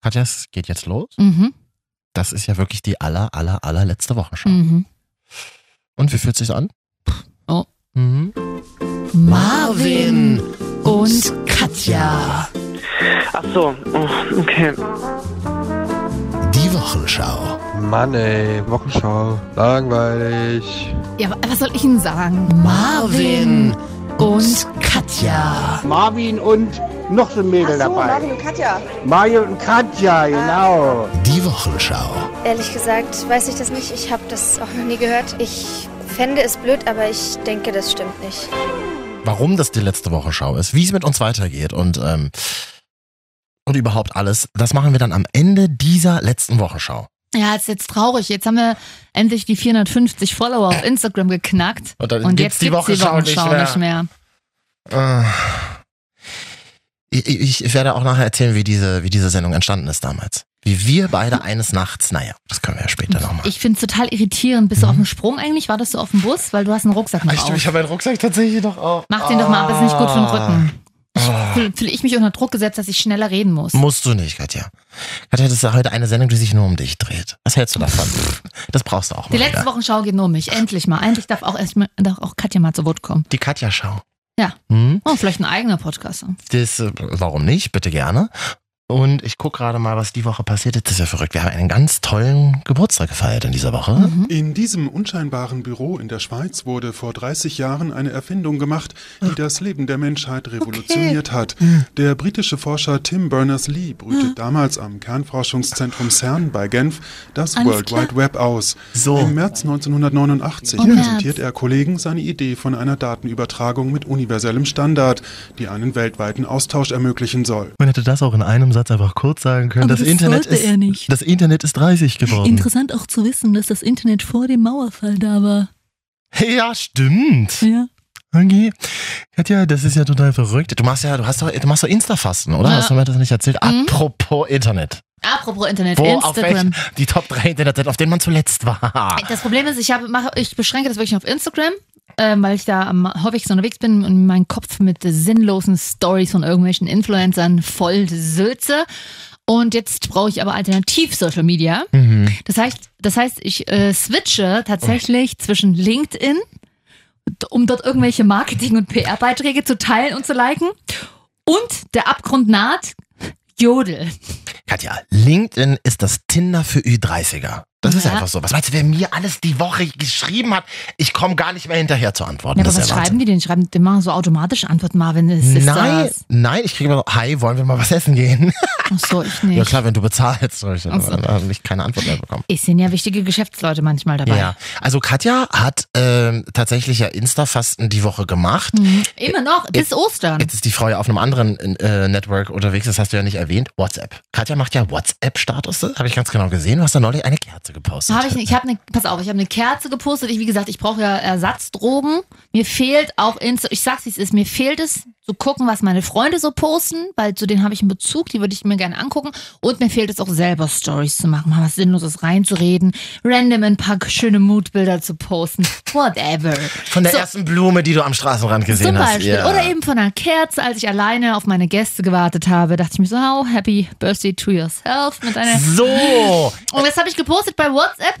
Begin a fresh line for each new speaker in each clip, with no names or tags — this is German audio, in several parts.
Podcast geht jetzt los.
Mhm.
Das ist ja wirklich die aller, aller, allerletzte Wochenschau.
Mhm.
Und wie fühlt sich's an?
Oh.
Mhm.
Marvin und Katja.
Ach so, oh, okay.
Die Wochenschau.
Mann ey, Wochenschau. Langweilig.
Ja, wa- was soll ich Ihnen sagen?
Marvin
und
Katja.
Marvin und noch so ein Mädel
Ach so,
dabei.
Marvin und Katja. Ah.
Mario und Katja, genau.
Die Wochenschau.
Ehrlich gesagt weiß ich das nicht. Ich habe das auch noch nie gehört. Ich fände es blöd, aber ich denke, das stimmt nicht.
Warum das die letzte Wochenschau ist, wie es mit uns weitergeht und, ähm, und überhaupt alles, das machen wir dann am Ende dieser letzten Wochenschau.
Ja, ist jetzt traurig. Jetzt haben wir endlich die 450 Follower auf Instagram geknackt.
Und dann
Und
gibt's
jetzt
die
gibt's die
Wochenschau nicht
Wochenschau
mehr.
nicht mehr.
Äh, Ich, ich werde auch nachher erzählen, wie diese, wie diese Sendung entstanden ist damals. Wie wir beide eines Nachts, naja, das können wir ja später nochmal.
Ich find's total irritierend. Bist du auf dem Sprung eigentlich? Wartest du auf dem Bus? Weil du hast einen Rucksack mit auf.
habe meinen Rucksack tatsächlich noch auf.
Mach den doch mal ab, ist nicht gut für den Rücken.
Ah.
Fühle fühl ich mich unter Druck gesetzt, dass ich schneller reden muss.
Musst du nicht, Katja. Katja, das ist ja heute eine Sendung, die sich nur um dich dreht. Was hältst du davon? Das brauchst du auch
Die
mal
letzte
wieder.
Wochenschau geht nur um mich. Endlich mal. Endlich darf auch, erst mal, darf auch Katja mal zu Wort kommen.
Die Katja-Schau.
Ja.
Hm?
Oh, vielleicht ein eigener Podcast.
Das, äh, warum nicht? Bitte gerne. Und ich gucke gerade mal, was die Woche passiert ist. Das ist ja verrückt. Wir haben einen ganz tollen Geburtstag gefeiert in dieser Woche.
Mhm.
In diesem unscheinbaren Büro in der Schweiz wurde vor 30 Jahren eine Erfindung gemacht, die das Leben der Menschheit revolutioniert hat. Der britische Forscher Tim Berners-Lee
Hm.
brütete damals am Kernforschungszentrum CERN bei Genf das
Alles
World
klar.
Wide Web aus.
So.
Im März 1989
Oh, März.
präsentiert er Kollegen seine Idee von einer Datenübertragung mit universellem Standard, die einen weltweiten Austausch ermöglichen soll.
Man hätte das auch in einem Satz einfach kurz sagen können.
Aber
das
das
Internet
wollte
ist
er nicht.
das Internet ist 30 geworden.
Interessant auch zu wissen, dass das Internet vor dem Mauerfall da war.
ja, stimmt.
Ja.
Okay. Katja, das ist ja total verrückt. Du machst ja, du hast doch, du machst doch Insta-Fasten, oder?
Ja.
Hast du mir das nicht erzählt?
Mhm.
Apropos Internet.
Apropos Internet,
Wo, auf
Instagram.
welchen, die Top 3 Internet, auf denen man zuletzt war.
Das Problem ist, ich, habe, mache, ich beschränke das wirklich auf Instagram, ähm, weil ich da am häufigsten unterwegs bin und meinen Kopf mit sinnlosen Stories von irgendwelchen Influencern voll sülze. Und jetzt brauche ich aber alternativ Social Media.
Mhm.
Das heißt, das heißt ich äh, switche tatsächlich
Oh.
zwischen LinkedIn, d- um dort irgendwelche Marketing- und PR-Beiträge zu teilen und zu liken, und der Abgrund naht, Jodel.
Katja, LinkedIn ist das Tinder für Ü30er. Das ist
Ja.
einfach so. Was meinst du, wer mir alles die Woche geschrieben hat? Ich komme gar nicht mehr hinterher zu antworten.
Ja, aber
das
was
ist ja Wahnsinn.
schreiben die denn? Schreiben, die machen so automatisch Antwort, Marvin. Ist, ist
Nein,
Das?
nein, ich kriege immer noch, hi, wollen wir mal was essen gehen?
Ach so, ich nicht.
Ja klar, wenn du bezahlst, soll ich dann,
Ach so.
dann habe ich keine Antwort mehr bekommen.
Es sind ja wichtige Geschäftsleute manchmal dabei.
Ja, also Katja hat ähm, tatsächlich ja Insta-Fasten die Woche gemacht.
Mhm. Immer
Äh,
noch, bis Ostern.
Jetzt ist die Frau ja auf einem anderen äh, Network unterwegs, das hast du ja nicht erwähnt. WhatsApp. Katja macht ja WhatsApp-Status, das habe ich ganz genau gesehen. Du hast da neulich eine Kerze gepostet.
Hab ich ne, ich habe eine, pass auf, ich habe eine Kerze gepostet. Ich, wie gesagt, ich brauche ja Ersatzdrogen. Mir fehlt auch Insta, ich sag's wie es ist, mir fehlt es zu gucken, was meine Freunde so posten, weil zu denen habe ich einen Bezug, die würde ich mir gerne angucken. Und mir fehlt es auch selber Stories zu machen, mal was Sinnloses reinzureden, random ein paar schöne Moodbilder zu posten, whatever.
Von der
So.
ersten Blume, die du am Straßenrand gesehen
Zum
hast.
Beispiel.
Ja.
Oder eben von einer Kerze, als ich alleine auf meine Gäste gewartet habe, dachte ich mir so, oh, happy birthday to yourself mit einer
So,
und das habe ich gepostet bei WhatsApp.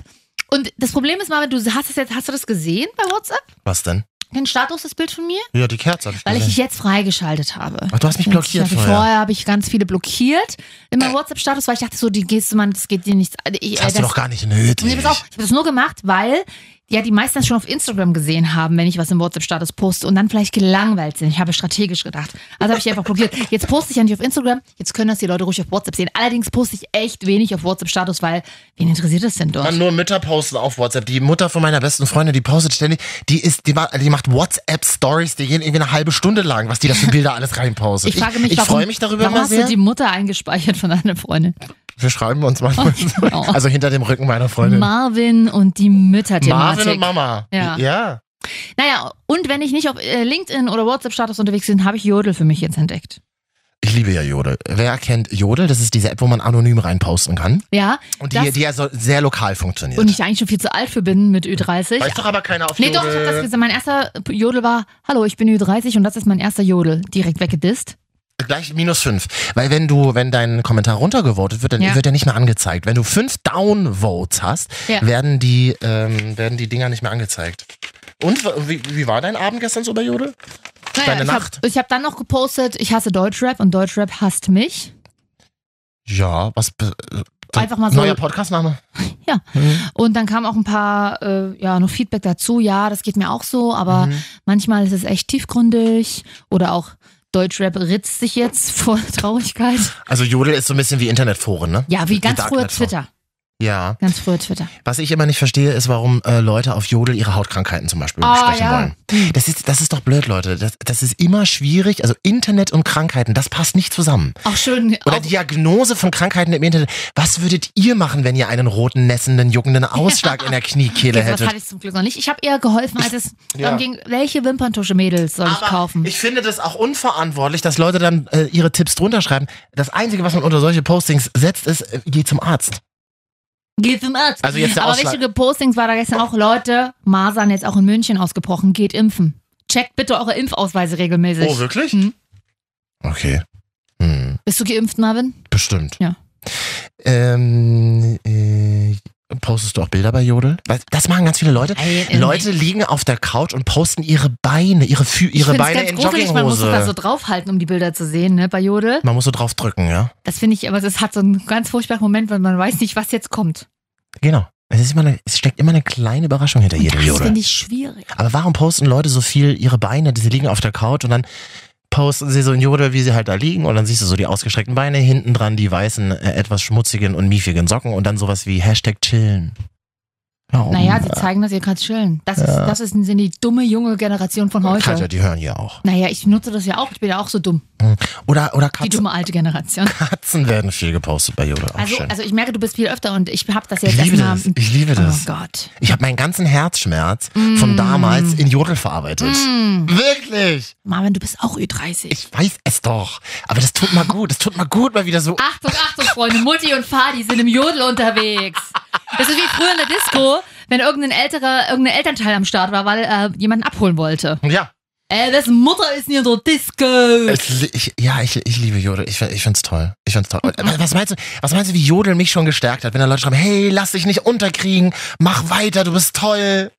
Und das Problem ist, Marvin, du hast das jetzt, hast du das gesehen bei WhatsApp?
was denn?
Den Status, das Bild von mir?
Ja, die Kerze hab ich
Weil ich
gesehen.
dich jetzt freigeschaltet habe.
Ach, du hast mich
Und
blockiert
ich habe-
vorher.
Vorher habe ich ganz viele blockiert in meinem WhatsApp-Status, weil ich dachte so, die gehst du mal, das geht dir nichts. Also Ich, äh,
das hast du doch gar nicht nötig.
Nee, pass auf, ich habe das nur gemacht, weil ja die meisten das schon auf Instagram gesehen haben, wenn ich was im WhatsApp-Status poste und dann vielleicht gelangweilt sind. Ich habe strategisch gedacht. Also habe ich die einfach blockiert. Jetzt poste ich ja nicht auf Instagram, jetzt können das die Leute ruhig auf WhatsApp sehen. Allerdings poste ich echt wenig auf WhatsApp-Status, weil wen interessiert das denn
Man
dort?
nur Mütter posten auf WhatsApp. Die Mutter von meiner besten Freundin, die postet ständig, die ist, die, ma- die macht WhatsApp-Stories, die gehen irgendwie eine halbe Stunde lang, was die da für Bilder alles reinpostet.
Ich frage mich,
ich, ich
warum,
freue mich darüber
warum
mal
hast
sehr.
du die Mutter eingespeichert von deiner Freundin?
Wir schreiben uns manchmal. so.
genau.
Also hinter dem Rücken meiner Freundin.
Marvin und die Mütter-Thematik.
Marvin und Mama.
Ja.
ja.
Naja, und wenn ich nicht auf äh, LinkedIn oder WhatsApp-Status unterwegs bin, habe ich Jodel für mich jetzt entdeckt.
Ich liebe ja Jodel. Wer kennt Jodel? Das ist diese App, wo man anonym reinposten kann.
Ja,
Und
das-
die, die ja so sehr lokal funktioniert.
und ich eigentlich schon viel zu alt für bin mit Ü30.
Weiß doch aber keiner auf
Nee,
Jodel.
doch, ich hab das gesagt. Mein erster Jodel war, hallo, ich bin Ü30 und das ist mein erster Jodel. Direkt weggedisst.
Gleich minus fünf. Weil wenn du, wenn dein Kommentar runtergevotet wird, dann
Ja.
wird er nicht mehr angezeigt. Wenn du fünf Downvotes hast,
Ja.
werden, die, ähm, werden die Dinger nicht mehr angezeigt. Und w- wie, wie war dein Abend gestern so bei Jodel? Deine
ich
Nacht.
Hab, ich habe dann noch gepostet, ich hasse Deutschrap und Deutschrap hasst mich.
Ja, was. be- äh,
Einfach mal so-
Neuer Podcastname.
Und dann kam auch ein paar, äh, ja, noch Feedback dazu. Ja, das geht mir auch so, aber
Mhm.
manchmal ist es echt tiefgründig oder auch Deutschrap ritzt sich jetzt vor Traurigkeit.
Also Jodel ist so ein bisschen wie Internetforen, ne?
Ja, wie ganz
Dark
früher
Knight Show.
Twitter.
Ja.
Ganz früher Twitter.
Was ich immer nicht verstehe, ist, warum äh, Leute auf Jodel ihre Hautkrankheiten zum Beispiel
Ah,
besprechen
ja.
wollen. Das ist, das ist doch blöd, Leute. Das, das ist immer schwierig. Also Internet und Krankheiten, das passt nicht zusammen.
Auch schön.
Oder
auch,
Diagnose von Krankheiten im Internet. Was würdet ihr machen, wenn ihr einen roten, nässenden, juckenden Ausschlag in der Kniekehle
das
hättet?
hatte ich zum Glück noch nicht. Ich habe eher geholfen, als es darum ging, welche Wimperntusche Mädels soll ich kaufen.
ich finde das auch unverantwortlich, dass Leute dann äh, ihre Tipps drunter schreiben. Das Einzige, was man unter solche Postings setzt, ist, äh, geh zum Arzt.
Geht zum Arzt.
Also jetzt der
Aber
Ausschlag.
wichtige Postings war da gestern auch, Leute, Masern jetzt auch in München ausgebrochen, geht impfen. Checkt bitte eure Impfausweise regelmäßig.
wirklich?
Mhm.
Okay. Hm.
Bist du geimpft, Marvin?
Bestimmt.
Ja.
Ähm, äh, postest du auch Bilder bei Jodel? Weil Das machen ganz viele Leute. Leute liegen auf der Couch und posten ihre Beine, ihre, Fü
ich
ihre
find's
Beine
ganz
in
gruselig, man muss
Jogginghose.
das so draufhalten, um die Bilder zu sehen, ne, bei Jodel.
Man muss so drauf drücken, ja?
Das finde ich, aber das hat so einen ganz furchtbaren Moment, weil man weiß nicht, was jetzt kommt.
Genau. Es, ist immer eine, es steckt immer eine kleine Überraschung hinter jedem
Das
Jodel.
finde ich schwierig.
Aber warum posten Leute so viel ihre Beine? Die- Sie liegen auf der Couch und dann posten sie so in Jodel, wie sie halt da liegen und dann siehst du so die ausgestreckten Beine, hinten dran die weißen, äh, etwas schmutzigen und miefigen Socken und dann sowas wie Hashtag chillen. Warum?
Naja, sie zeigen, dass ihr gerade chillen. Das,
Ja.
ist, das ist, sind die dumme junge Generation von heute.
Katja, die hören ja auch.
Naja, ich nutze das ja auch. Ich bin ja auch so dumm.
Oder, oder
Die
Katzen,
dumme alte Generation.
Katzen werden viel gepostet bei Jodel. Auch
Also,
schön.
also ich merke, du bist viel öfter und ich habe das jetzt
ich liebe
erstmal.
das. Ich liebe
Oh
das.
Gott.
ich habe meinen ganzen Herzschmerz von damals in Jodel verarbeitet.
Mm.
Wirklich?
Marvin, du bist auch Ü30.
Ich weiß es doch. Aber das tut mal gut. Das tut mal gut, mal wieder so.
Achtung, Achtung, Freunde, Mutti und Fadi sind im Jodel unterwegs. Das ist wie früher in der Disco, wenn irgendein älterer, irgendein Elternteil am Start war, weil äh, jemanden abholen wollte.
Ja.
Äh, dessen Mutter ist in der Disco.
Es, li- ich, ja, ich, ich liebe Jodel. Ich, find- ich find's toll. Ich find's
Mhm.
toll. Und, äh, Was meinst du, was meinst du, wie Jodel mich schon gestärkt hat, wenn da Leute schreiben, hey, lass dich nicht unterkriegen, mach weiter, du bist toll.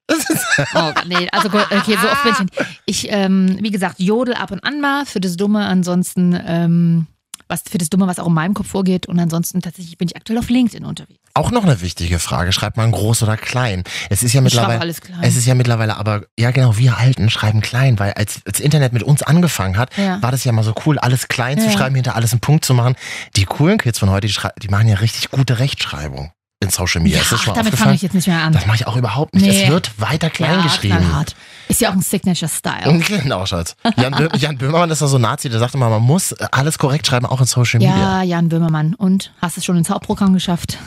Oh, nee, also gut, okay, so oft bin ich nicht. Ich, ähm, wie gesagt, jodel ab und an mal für das Dumme, ansonsten, ähm, was für das Dumme, was auch in meinem Kopf vorgeht. Und ansonsten tatsächlich bin ich aktuell auf LinkedIn unterwegs.
Auch noch eine wichtige Frage. Schreibt man groß oder klein? Es ist ja
Ich schreibe
mittlerweile.
alles klein.
Es ist ja mittlerweile aber, ja genau, wir Alten schreiben klein, weil als das Internet mit uns angefangen hat,
Ja.
war das ja mal so cool, alles klein zu
Ja.
schreiben, hinter alles einen Punkt zu machen. Die coolen Kids von heute, die, schrei- die machen ja richtig gute Rechtschreibung in Social Media.
ja,
ist das schon
damit fange
aufgefallen?
ich jetzt nicht mehr an.
das mache ich auch überhaupt nicht.
Nee.
Es wird weiter klein
ja,
geschrieben.
knallhart. Ist ja auch ein Signature-Style.
Genau, Schatz. Jan, Bö Jan Böhmermann ist da so ein Nazi, der sagt immer, man muss äh, alles korrekt schreiben, auch in Social Media.
Ja, Jan Böhmermann. Und hast es schon ins Hauptprogramm geschafft?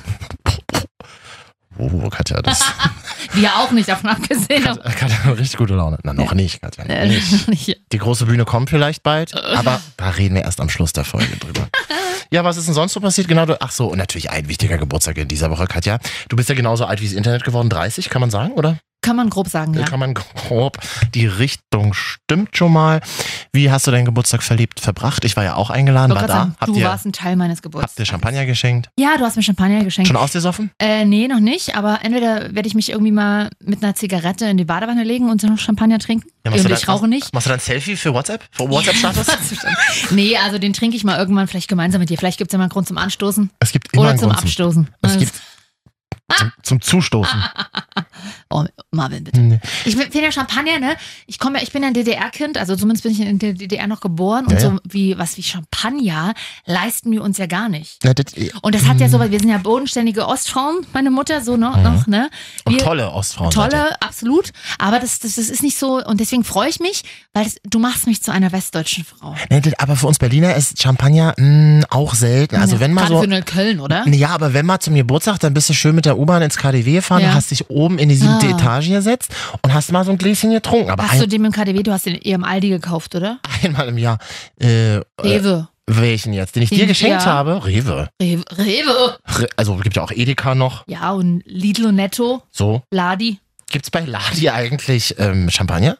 Oh, Katja, das
Wir auch nicht davon abgesehen.
Katja, Katja hat richtig gute Laune. Na, noch nicht, Katja. Noch
Äh,
nicht.
nicht.
Die große Bühne kommt vielleicht
Äh.
bald, aber da reden wir erst am Schluss der Folge drüber. Ja, was ist denn sonst so passiert? Genau, du, ach so, und natürlich ein wichtiger Geburtstag in dieser Woche, Katja. Du bist ja genauso alt wie das Internet geworden, 30, kann man sagen, oder?
Kann man grob sagen, ja.
Äh, Kann man grob. Die Richtung stimmt schon mal. Wie hast du deinen Geburtstag verliebt verbracht? Ich war ja auch eingeladen,
Wollte
war
grad
da.
sagen,
habt,
du
ihr,
warst ein Teil meines Geburtstags.
habt ihr Champagner geschenkt?
Ja, du hast mir Champagner geschenkt.
Schon ausgesoffen?
Äh, nee, noch nicht. Aber entweder werde ich mich irgendwie mal mit einer Zigarette in die Badewanne legen und noch Champagner trinken.
Ja, machst
und
du
ich
dann-
rauche nicht.
Machst du dann ein Selfie für WhatsApp? Für WhatsApp-Status?
Nee, also den trinke ich mal irgendwann vielleicht gemeinsam mit dir. Vielleicht gibt es ja mal einen Grund zum Anstoßen
es gibt immer
oder
einen
zum
Grund zum,
Abstoßen.
es
Das-
gibt zum, zum Zustoßen.
Ah. oh, Marvin, bitte.
Nee.
Ich bin ja Champagner, ne? Ich komme, ja- ich bin ja ein DDR-Kind, also zumindest bin ich in der DDR noch geboren und
Ja, ja.
so wie was wie Champagner leisten wir uns ja gar nicht.
Na, das- äh,
Und das hat
Hm.
ja so, weil wir sind ja bodenständige Ostfrauen, meine Mutter so noch,
Mhm.
noch ne?
Und
Wir-
tolle Ostfrauen. seid ihr.
Tolle, absolut. Aber das, das, das ist nicht so und deswegen freue ich mich, weil das, du machst mich zu einer westdeutschen Frau.
Nee, das- aber für uns Berliner ist Champagner mh, auch selten. Also wenn mal
Gerade
so.
für eine Köln, oder?
Nee, Ja, aber wenn mal zum Geburtstag, dann bist du schön mit der U-Bahn ins KDW gefahren,
Ja.
hast dich oben in die siebte
Ah.
Etage gesetzt und hast mal so ein Gläschen getrunken. Aber
Hast du
ein,
dem im KDW, du hast den eher im Aldi gekauft, oder?
einmal im Jahr. Äh, äh,
Rewe.
welchen jetzt? Den ich dir
Den-
geschenkt
ja.
habe? Rewe.
Rewe. Rewe.
Re also gibt ja auch Edeka noch.
Ja, und Lidl und Netto,
So.
Ladi.
Gibt's bei Ladi eigentlich ähm, Champagner?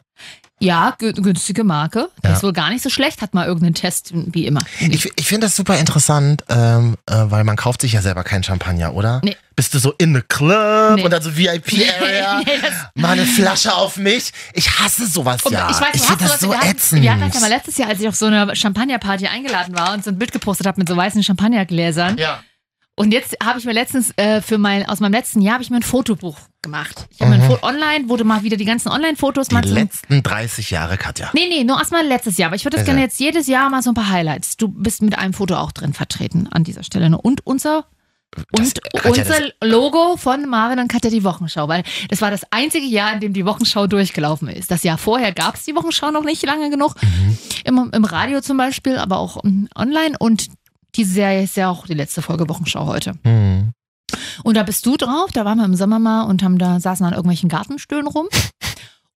Ja, gü- günstige Marke. Die
Ja.
ist wohl gar nicht so schlecht, hat mal irgendeinen Test, wie immer.
Ich, ich finde das super interessant, ähm, äh, weil man kauft sich ja selber keinen Champagner, oder?
Nee.
Bist du so in the club
Nee.
und dann so VIP-Area?
Nee, das-
Mal eine Flasche auf mich. Ich hasse sowas
Und
ja.
ich weiß, du hast
finde das
sowas-
so
wir hatten,
ätzend.
wir hatten das ja mal letztes Jahr, als ich auf so einer Champagnerparty eingeladen war und so ein Bild gepostet habe mit so weißen Champagnergläsern.
Ja.
Und jetzt habe ich mir letztens äh, für mein, aus meinem letzten Jahr habe ich mir ein Fotobuch gemacht. Ich habe mir ein Foto online, wurde mal wieder die ganzen Online-Fotos mal
Die
zum-
letzten 30 Jahre, Katja.
Nee, nee, nur erstmal letztes Jahr. Aber ich würde das
Also.
gerne jetzt jedes Jahr mal so ein paar Highlights. Du bist mit einem Foto auch drin vertreten an dieser Stelle. ne? Und unser,
Das-
und
Katja,
unser Logo von Marvin und Katja die Wochenschau. Weil das war das einzige Jahr, in dem die Wochenschau durchgelaufen ist. Das Jahr vorher gab es die Wochenschau noch nicht lange genug.
Mhm.
Im, Im Radio zum Beispiel, aber auch mm, online. Und die Serie ist ja auch die letzte Folge Wochenschau heute.
Hm.
Und da bist du drauf. Da waren wir im Sommer mal und haben da saßen an irgendwelchen Gartenstühlen rum.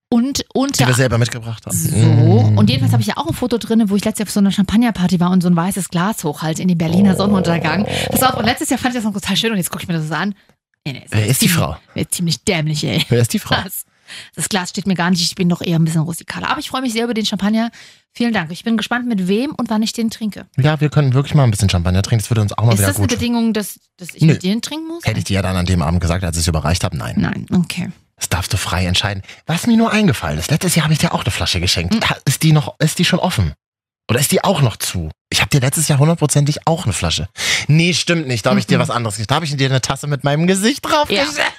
Und
Die
unter
wir selber mitgebracht haben. Hm.
so.
Mm.
Und jedenfalls habe ich ja auch ein Foto drin, wo ich letztes Jahr auf so einer Champagnerparty war und so ein weißes Glas hochhalte in den Berliner
Oh.
Sonnenuntergang. Pass auf, und letztes Jahr fand ich das noch total schön und jetzt gucke ich mir das so an. Nee, nee, es
Wer ist die
ziemlich-
Frau?
es Ist ziemlich dämlich, ey.
Wer ist die Frau?
Das, das Glas steht mir gar nicht, ich bin doch eher ein bisschen rustikaler. Aber ich freue mich sehr über den Champagner. Vielen Dank. Ich bin gespannt, mit wem und wann ich den trinke.
Ja, wir können wirklich mal ein bisschen Champagner trinken. Das würde uns auch mal
ist
wieder
das eine
gut.
Bedingung, dass, dass ich
Nö.
mit denen trinken muss?
Hätte ich dir ja dann an dem Abend gesagt, als ich es überreicht habe? Nein.
Nein, okay.
Das darfst du frei entscheiden. Was mir nur eingefallen ist, letztes Jahr habe ich dir auch eine Flasche geschenkt.
Hm.
Ha, Ist die noch, ist die schon offen? Oder ist die auch noch zu? Ich habe dir letztes Jahr hundertprozentig auch eine Flasche. Nee, stimmt nicht. Da habe ich dir was anderes geschenkt. Da habe ich dir eine Tasse mit meinem Gesicht drauf
Mhm. Ja.
geschenkt.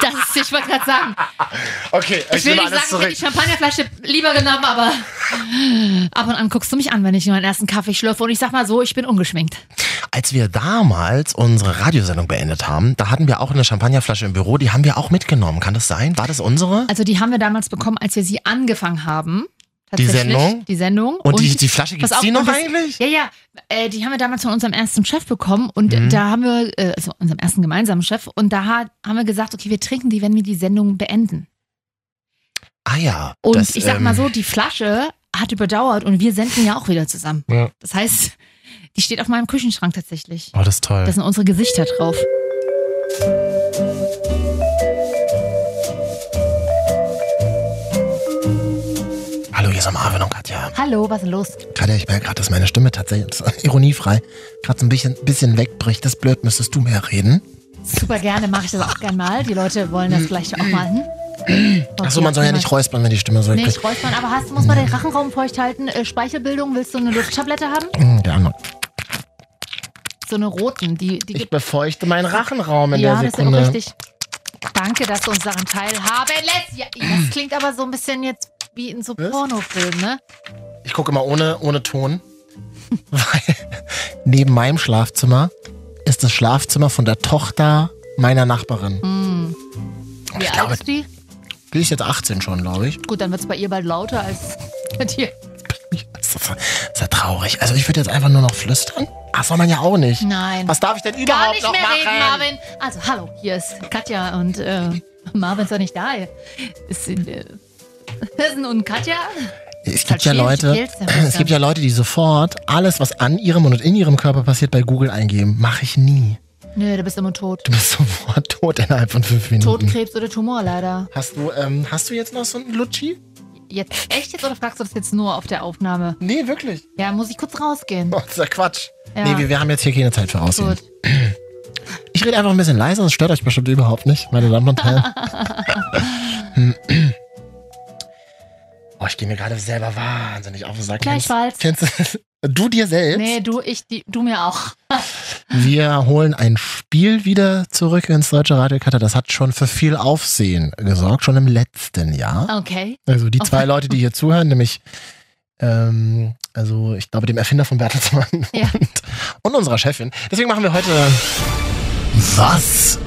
Das ist, ich wollte gerade sagen,
Okay, ich,
Ich will
nehme
nicht
alles
sagen, ich
zurück.
hätte die Champagnerflasche lieber genommen, aber ab und an guckst du mich an, wenn ich meinen ersten Kaffee schlürfe. Und ich sag mal so, ich bin ungeschminkt.
Als wir damals unsere Radiosendung beendet haben, da hatten wir auch eine Champagnerflasche im Büro. Die haben wir auch mitgenommen. Kann das sein? War das unsere?
Also die haben wir damals bekommen, als wir sie angefangen haben.
Die
Tatsächlich,
Sendung?
Die Sendung.
Und, die, die Flasche,
pass
gibt's
auf,
die noch
und das-
eigentlich?
Ja, ja, äh, die haben wir damals von unserem ersten Chef bekommen und
Mhm.
da haben wir, äh, also unserem ersten gemeinsamen Chef, und da ha- haben wir gesagt, okay, wir trinken die, wenn wir die Sendung beenden.
Ah ja.
Und
das,
ich sag mal
ähm,
so, die Flasche hat überdauert und wir senden ja auch wieder zusammen.
Ja.
Das heißt, die steht auf meinem Küchenschrank tatsächlich.
Oh, das ist toll.
Da sind unsere Gesichter drauf.
Hallo, hier ist am Marvin und Katja.
Hallo, was ist denn los?
Katja, ich merke gerade, dass meine Stimme tatsächlich ironiefrei gerade so ein bisschen, bisschen wegbricht. Das ist blöd, müsstest du mehr reden.
Super gerne, mache ich das auch gern mal. Die Leute wollen das vielleicht auch mal. Hm?
Achso, man soll ja nicht räuspern, wenn die Stimme so
genau. Nee,
wegbricht.
nicht räuspern, aber hast, muss man den Rachenraum feucht halten? Äh, Speichelbildung, willst du eine Lufttablette haben?
Hm, Der andere.
So eine roten, die, die
Ich
gibt
befeuchte meinen Rachenraum in
Ja,
der
das ist auch
Sekunde.
richtig. Danke, dass du uns daran teilhaben lässt. Ja, das klingt aber so ein bisschen jetzt wie in so
Was?
Pornofilm, ne?
Ich gucke immer ohne, ohne Ton. Weil neben meinem Schlafzimmer ist das Schlafzimmer von der Tochter meiner Nachbarin.
Hm. Wie
Ich
alt
glaube,
ist die?
die ist jetzt 18 schon, glaube ich.
Gut, dann wird es bei ihr bald lauter als bei dir.
Das ist ja traurig. Also ich würde jetzt einfach nur noch flüstern. Ach, soll man ja auch nicht.
Nein.
Was darf ich denn überhaupt
Gar nicht
noch
mehr
machen?
reden, Marvin. Also, hallo, hier ist Katja und äh, Marvin ist doch nicht da. Ist, äh, Hessen und Katja.
Es
Halt
gibt ja
schwierig,
Leute,
Pilze muss
es
dann.
gibt ja Leute, die sofort alles, was an ihrem und in ihrem Körper passiert, bei Google eingeben. Mache ich nie.
Nö, du bist immer tot.
Du bist sofort tot innerhalb von fünf Minuten.
Totkrebs oder Tumor leider.
Hast du, ähm, hast du jetzt noch so einen Lutschi?
Jetzt echt jetzt oder fragst du das jetzt nur auf der Aufnahme?
Nee, wirklich.
Ja, muss ich kurz rausgehen.
Oh, das ist ja Quatsch.
Ja.
Nee, wir, wir haben jetzt hier keine Zeit für Aussehen.
Gut.
Ich rede einfach ein bisschen leiser, das stört euch bestimmt überhaupt nicht, meine Damen und Herren. oh, ich gehe mir gerade selber wahnsinnig auf den Sack.
Gleichfalls.
Kennst, kennst du, du dir selbst?
Nee, du, ich, die, du mir auch.
Wir holen ein Spiel wieder zurück ins deutsche Radio Katar. Das hat schon für viel Aufsehen gesorgt, schon im letzten Jahr.
Okay.
Also die zwei
Okay.
Leute, die hier zuhören, nämlich, ähm, also ich glaube, dem Erfinder von Bertelsmann
Ja.
und, und unserer Chefin. Deswegen machen wir heute
Was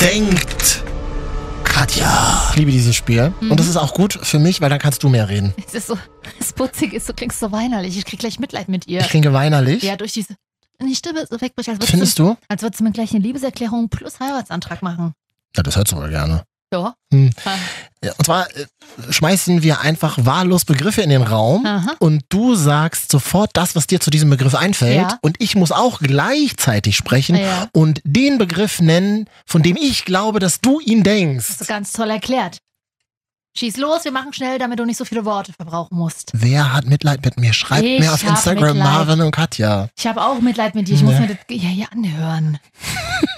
denkt Katja?
Ich liebe dieses Spiel. Und
Mhm.
das ist auch gut für mich, weil dann kannst du mehr reden.
Es ist so, es putzig ist, du klingst so weinerlich. Ich krieg gleich Mitleid mit ihr.
Ich klinge weinerlich.
Ja, durch diese. Wenn Die Stimme so wegbricht, als würdest,
Findest
du,
du?
als würdest du mir gleich eine Liebeserklärung plus Heiratsantrag machen.
Ja, das hört du wohl gerne.
Ja.
Hm.
Ah.
Ja, Und zwar äh, schmeißen wir einfach wahllos Begriffe in den Raum.
Aha.
und du sagst sofort das, was dir zu diesem Begriff einfällt.
Ja.
Und ich muss auch gleichzeitig sprechen
Ah Ja.
und den Begriff nennen, von dem ich glaube, dass du ihn
Das
denkst.
ist ganz toll erklärt. Schieß los, wir machen schnell, damit du nicht so viele Worte verbrauchen musst.
Wer hat Mitleid mit mir? Schreibt
Ich
mir auf
hab
Instagram
Mitleid.
Marvin und Katja.
Ich habe auch Mitleid mit dir. Ich muss
Ja.
mir das ja, ja anhören.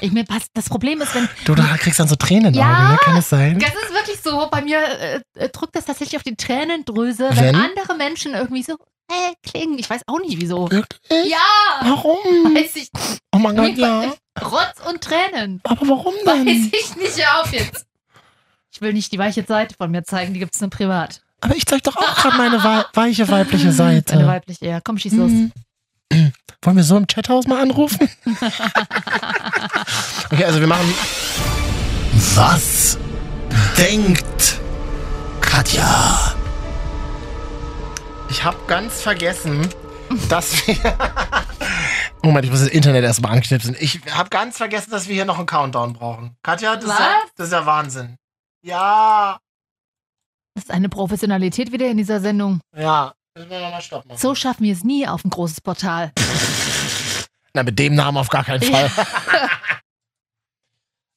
ich mir passt. Das Problem ist, wenn
Du, da kriegst dann so Tränen in den
Ja.
Augen, ne? Kann es sein?
das ist wirklich so. Bei mir äh, äh, drückt das tatsächlich auf die Tränendrüse, wenn,
Wenn?
andere Menschen irgendwie so äh, klingen. Ich weiß auch nicht wieso.
Wirklich?
Ja,
Warum?
weiß ich.
Oh mein Gott,
Mir-
ja.
Rotz und Tränen.
Aber warum
Weiß
denn?
ich nicht. Hör auf jetzt. Ich will nicht die weiche Seite von mir zeigen. Die gibt's nur privat.
Aber ich zeig doch auch gerade meine wei weiche weibliche
Eine
Seite.
weibliche. Ja, komm, schieß los.
Mhm. Wollen wir so im Chathaus mal anrufen? okay, also wir machen.
Was denkt Katja?
Ich habe ganz vergessen, dass wir. Moment, ich muss das Internet erstmal anknipsen. Ich habe ganz vergessen, dass wir hier noch einen Countdown brauchen. Katja, das, Ist, ja,
Was?
das ist ja Wahnsinn. Ja,
Das ist eine Professionalität wieder in dieser Sendung.
ja. Müssen wir nochmal Stopp machen.
So schaffen wir es nie auf ein großes Portal.
Na, mit dem Namen auf gar keinen Fall.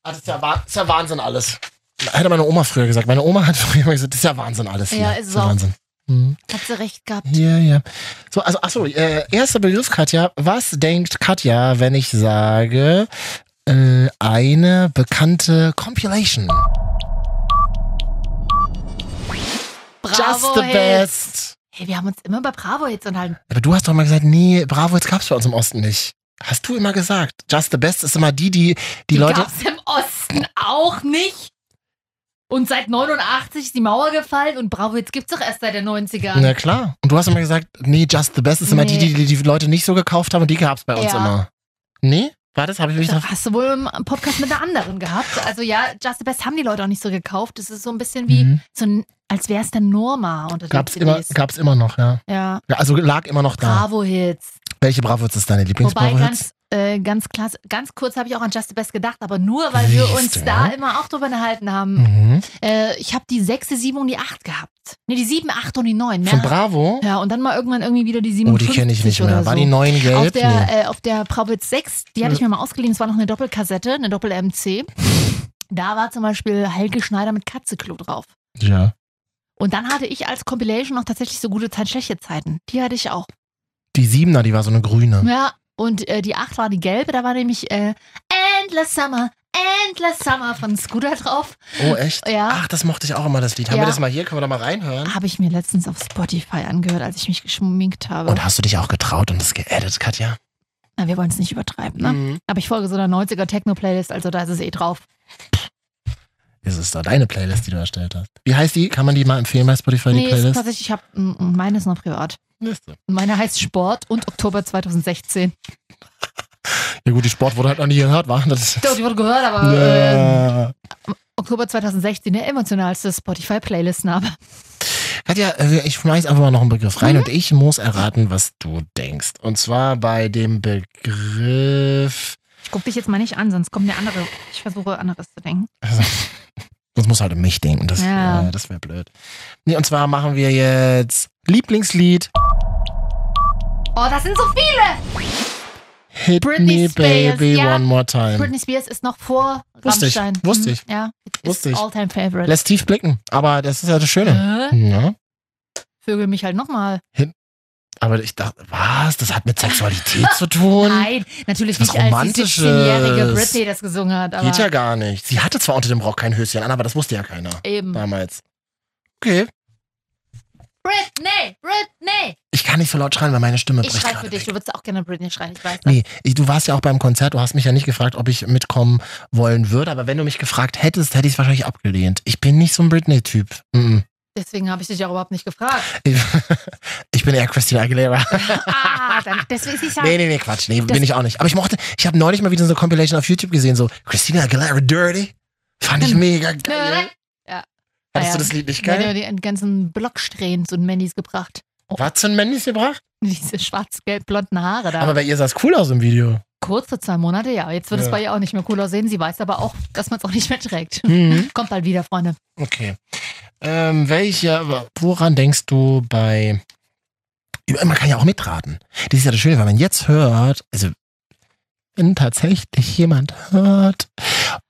Ah, das, ist ja, Wah- das ist ja Wahnsinn alles. Hätte meine Oma früher gesagt. Meine Oma hat früher immer gesagt, das ist ja Wahnsinn alles. Hier.
Ja, ist
Das
es auch.
Wahnsinn. Mhm.
Hat sie recht gehabt.
Ja, ja. So, also, achso, äh, erster Begriff, Katja. Was denkt Katja, wenn ich sage, äh, eine bekannte Compilation?
Bravo,
Just the
Hits.
best.
Hey, wir haben uns immer bei Bravo jetzt unterhalten.
Aber du hast doch mal gesagt, nee, Bravo, jetzt gab's bei uns im Osten nicht. Hast du immer gesagt. Just the best ist immer die, die, die,
Die,
Leute.
gab's im Osten auch nicht. Und seit 89 ist die Mauer gefallen und Bravo jetzt gibt's doch erst seit der 90er.
Na klar. Und du hast immer gesagt, nee, Just the Best ist immer die,
Nee.
die die die Leute nicht so gekauft haben und die gab's bei uns
Ja.
immer. Nee? War das? Habe ich mich da
Das hast du wohl im Podcast mit einer anderen gehabt. Also ja, Just the Best haben die Leute auch nicht so gekauft. Das ist so ein bisschen wie,
Mhm.
so ein, als wäre es der Norma unter den
Gab's immer,
CDs.
gab's immer noch, ja.
ja.
ja. Also lag immer noch da.
Bravo-Hits.
Welche Bravos ist deine
Wobei
Lieblingsbravos?
ganz, äh, ganz, klar, ganz kurz habe ich auch an Just the Best gedacht, aber nur, weil wir
Siehst
uns
du,
da
ja.
immer auch drüber unterhalten haben.
Mhm.
Äh, ich habe die 6, die 7 und die 8 gehabt. Ne, die 7, 8 und die 9.
Von
Ne?
Bravo?
Ja, und dann mal irgendwann irgendwie wieder die 7
Oh, die kenne ich nicht mehr. War die neun gelb?
auf der,
nee.
äh, auf der Braubitz 6, die hatte ich mir mal ausgeliehen, es war noch eine Doppelkassette, eine Doppel-MC. Da war zum Beispiel Helge Schneider mit Katzeklo drauf.
Ja.
Und dann hatte ich als Compilation noch tatsächlich so gute Zeit, schlechte Zeiten. Die hatte ich auch.
Die Siebener, die war so eine grüne.
Ja, und äh, die 8 war die gelbe, da war nämlich äh, Endless Summer, Endless Summer von Scooter drauf.
Oh, echt?
Ja.
Ach, das mochte ich auch immer, das Lied. Haben
Ja.
wir das mal hier? Können wir da mal reinhören?
Habe ich mir letztens auf Spotify angehört, als ich mich geschminkt habe.
Und hast du dich auch getraut und das geedit, Katja?
Na, wir wollen es nicht übertreiben, ne?
Mhm.
Aber ich folge so einer 90er Techno-Playlist, also da ist es eh drauf.
Ist es da deine Playlist, die du erstellt hast? Wie heißt die? Kann man die mal empfehlen bei Spotify, die
Nee, ist
Playlist?
tatsächlich, ich habe meine ist noch privat.
Liste.
Meine heißt Sport und Oktober 2016.
Ja gut, die Sport wurde halt noch nie gehört, war das?
Doch, die wurde gehört, aber äh,
Ja.
Oktober 2016, der emotionalste ne? Spotify-Playlist-Name.
Katja, äh, ich schmeiß einfach mal noch einen Begriff
Mhm.
rein und ich muss erraten, was du denkst. Und zwar bei dem Begriff.
Ich guck dich jetzt mal nicht an, sonst kommt eine andere. Ich versuche, anderes zu denken.
Also, sonst muss halt an mich denken, das,
Ja.
äh, das wäre blöd. Nee, und zwar machen wir jetzt Lieblingslied
Oh, das sind so viele!
Hit
Britney
Me
Spears,
Baby
ja.
One More Time.
Britney Spears ist noch vor
Ähm. Wusste ich,
Rammstein.
wusste ich.
Mhm, Ja,
Wusste ich.
All-time favorite.
Lässt tief blicken, aber das ist ja das Schöne.
äh,
Ja.
vögel mich halt nochmal.
Aber ich dachte, was? Das hat mit Sexualität zu tun?
Nein, natürlich
was
nicht als die
Romantisches.
17-jährige Britney das gesungen hat, aber
Geht ja gar nicht. Sie hatte zwar unter dem Rock kein Höschen an, aber das wusste ja keiner
eben.
damals. Okay.
Britney, Britney!
Ich kann nicht so laut schreien, weil meine Stimme
Ich
bricht
schreibe für
gerade
dich, du
weg.
würdest auch gerne Britney schreien, ich weiß das.
Nee, ich, du warst ja auch beim Konzert, du hast mich ja nicht gefragt, ob ich mitkommen wollen würde, aber wenn du mich gefragt hättest, hätte ich es wahrscheinlich abgelehnt. Ich bin nicht so ein Britney-Typ. Mhm.
Deswegen habe ich dich auch überhaupt nicht gefragt.
Ich, ich bin eher Christina Aguilera.
ah, dann, deswegen ist ich ja.
Nee, nee, nee, Quatsch. Nee,
Das-
bin ich auch nicht. Aber ich mochte, ich habe neulich mal wieder so eine Compilation auf YouTube gesehen, so Christina Aguilera Dirty. Fand ich mega geil.
Ja.
Fandest du
Ah,
das Lied nicht
Dann
geil?
hat die ganzen Blocksträhnen zu den Mandys gebracht.
Was für ein Männlis gebracht?
Diese schwarz-gelb-blonden Haare da.
Aber bei ihr sah es cool aus im Video.
Kurz für zwei Monate, ja. Jetzt wird es
Ja.
bei ihr auch nicht mehr cool aussehen. Sie weiß aber auch, dass man es auch nicht mehr trägt.
Mhm.
Kommt bald wieder, Freunde.
Okay. Ähm, welcher, woran denkst du bei. Man kann ja auch mitraten. Das ist ja das Schöne, wenn man jetzt hört, also wenn tatsächlich jemand hört,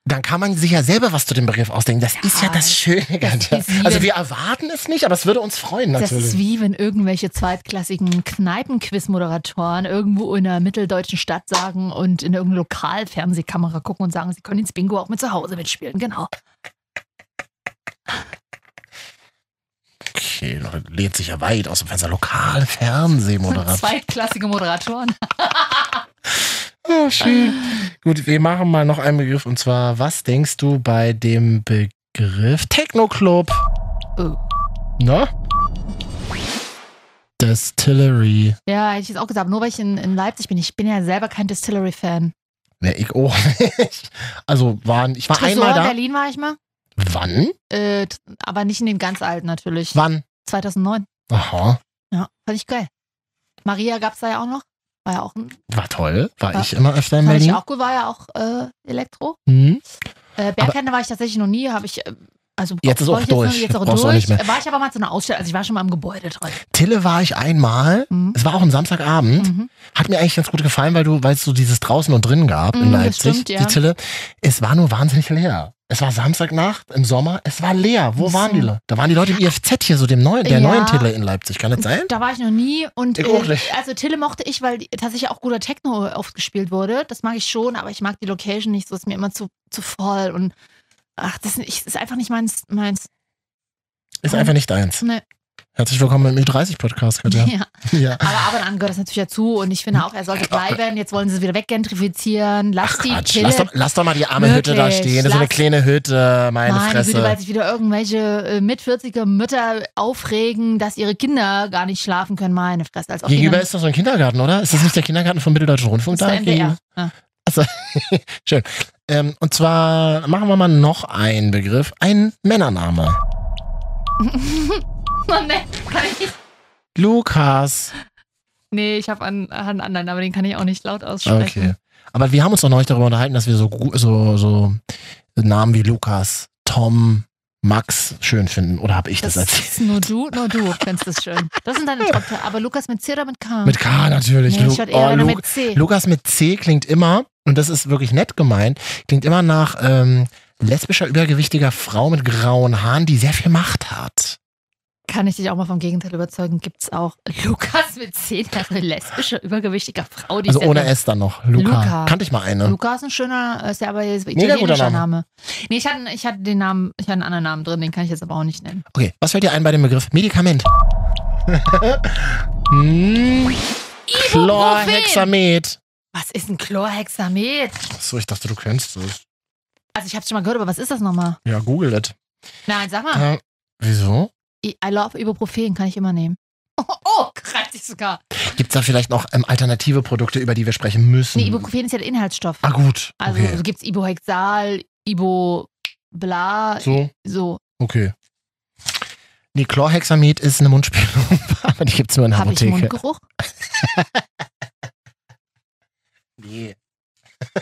dann kann man sich ja selber was zu dem Begriff ausdenken. Das ist ja das Schöne. Katja.
ist wie
Also
wenn-
wir erwarten es nicht, aber es würde uns freuen
Das ist
natürlich.
wie wenn irgendwelche zweitklassigen Kneipenquiz-Moderatoren irgendwo in einer mitteldeutschen Stadt sagen und in irgendeine Lokalfernsehkamera gucken und sagen, sie können ins Bingo auch mit zu Hause mitspielen. Genau.
Okay, lädt sich ja weit aus dem Fenster. Lokal, Fernsehmoderation.
Zweitklassige Moderatoren.
Oh, schön. Gut, wir machen mal noch einen Begriff und zwar, was denkst du bei dem Begriff Techno-Club?
Oh.
Na? Distillery.
Ja, hätte ich jetzt auch gesagt, nur weil ich in, in Leipzig bin. Ich bin ja selber kein Distillery-Fan.
Ne, ich auch nicht. Also waren, ich war
Tresor
einmal da.
in Berlin war ich mal.
Wann?
Äh, t- aber nicht in den ganz alten natürlich.
Wann?
2009.
Aha.
Ja, fand ich geil. Maria gab's da ja auch noch. War ja auch ein.
War toll. War
Ja.
ich immer öfter in
Fand ich
Berlin.
auch cool, war ja auch äh, Elektro.
Hm?
Äh, Bergkante war ich tatsächlich noch nie, habe ich. äh, Also
Jetzt ist
brauch
auch
ich jetzt noch-
durch.
Jetzt auch
Brauchst du auch
durch.
nicht mehr.
Äh, War ich aber mal zu einer Ausstellung, also ich war schon mal im Gebäude drin.
Tille war ich einmal.
Mhm.
Es war auch ein Samstagabend.
Mhm.
Hat mir eigentlich ganz gut gefallen, weil du, weil es so dieses draußen und drinnen gab in
Mhm, das
Leipzig,
stimmt, ja.
die Tille. Es war nur wahnsinnig leer. Es war Samstagnacht im Sommer, es war leer. Wo
Ach
waren
so.
die Leute? Da waren die Leute im IFZ hier, so dem neuen, der
Ja.
neuen Tille in Leipzig, kann das sein?
Da war ich noch nie und
Ich
äh,
auch nicht.
also Tille mochte ich, weil die- tatsächlich auch guter Techno oft gespielt wurde. Das mag ich schon, aber ich mag die Location nicht, so ist mir immer zu, zu voll und ach, das ist nicht- ist einfach nicht meins. meins.
Ist einfach nicht deins.
Nee.
Herzlich willkommen im Ü30-Podcast, Katja.
Ja.
ja. Hm.
Aber ab und an gehört das natürlich dazu und ich finde auch, er sollte bleiben. Jetzt wollen sie es wieder weggentrifizieren. Lass die
Quatsch,
Tille.
lass doch, lass doch mal die arme Hütte da
Wirklich,
stehen. Das ist so eine
lass-
kleine Hütte, meine,
Meine
Fresse.
Güte, weil sich wieder irgendwelche äh, mit 40er Mütter aufregen, dass ihre Kinder gar nicht schlafen können. Meine Fresse. Als ob
Gegenüber
die
ist doch so ein Kindergarten, oder? Ist das nicht der Kindergarten vom Mitteldeutschen Rundfunk
dann-
da?
Das ist der
gegenüber?
NDR. Ja.
Schön. Ähm, und zwar machen wir mal noch einen Begriff. Ein Männername.
Oh, nee, kann ich nicht.
Lukas.
Nee, ich habe einen, einen anderen, aber den kann ich auch nicht laut aussprechen.
Okay. Aber wir haben uns doch neulich darüber unterhalten, dass wir so, gu- so, so Namen wie Lukas, Tom, Max schön finden. Oder habe ich das,
Das
erzählt?
ist nur du, nur du findest es schön. Das sind deine Top Aber Lukas mit C oder mit K?
Mit K natürlich.
Nee,
Lu-
ich würde eher
oh,
wenn du
Lu-
mit C.
Lukas mit C klingt immer, und das ist wirklich nett gemeint, klingt immer nach ähm, lesbischer, übergewichtiger Frau mit grauen Haaren, die sehr viel Macht hat.
Kann ich dich auch mal vom Gegenteil überzeugen? Gibt's auch Lukas mit C, das ist eine lesbische, übergewichtige Frau, die
Also
sehr
ohne
viel-
S dann noch. Luca.
Luca.
Kannte ich mal eine.
Luca ist ein schöner, äh, ist ja aber jetzt
Ne? guter
italienischer
Name.
Name. Nee, ich hatte, ich hatte den Namen, ich hatte einen anderen Namen drin, den kann ich jetzt aber auch nicht nennen.
Okay, was fällt dir ein bei dem Begriff Medikament? hm. Chlorhexamet.
Was ist ein Chlorhexamet?
Achso, ich dachte, du kennst es.
Also ich hab's schon mal gehört, aber was ist das nochmal?
Ja, google it.
Nein, sag mal.
Äh, wieso?
I I love Ibuprofen, kann ich immer nehmen. Oh, oh kratzt sich sogar.
Gibt es da vielleicht noch ähm, alternative Produkte, über die wir sprechen müssen?
Nee, Ibuprofen ist ja der Inhaltsstoff.
ah, gut.
Also
Hm. okay.
gibt's Ibuhexal, Ibo bla,
So,
so.
okay. Nee, Chlorhexamid ist eine Mundspülung, aber die gibt es nur in der
Habe ich
Apotheke.
Mundgeruch?
Nee.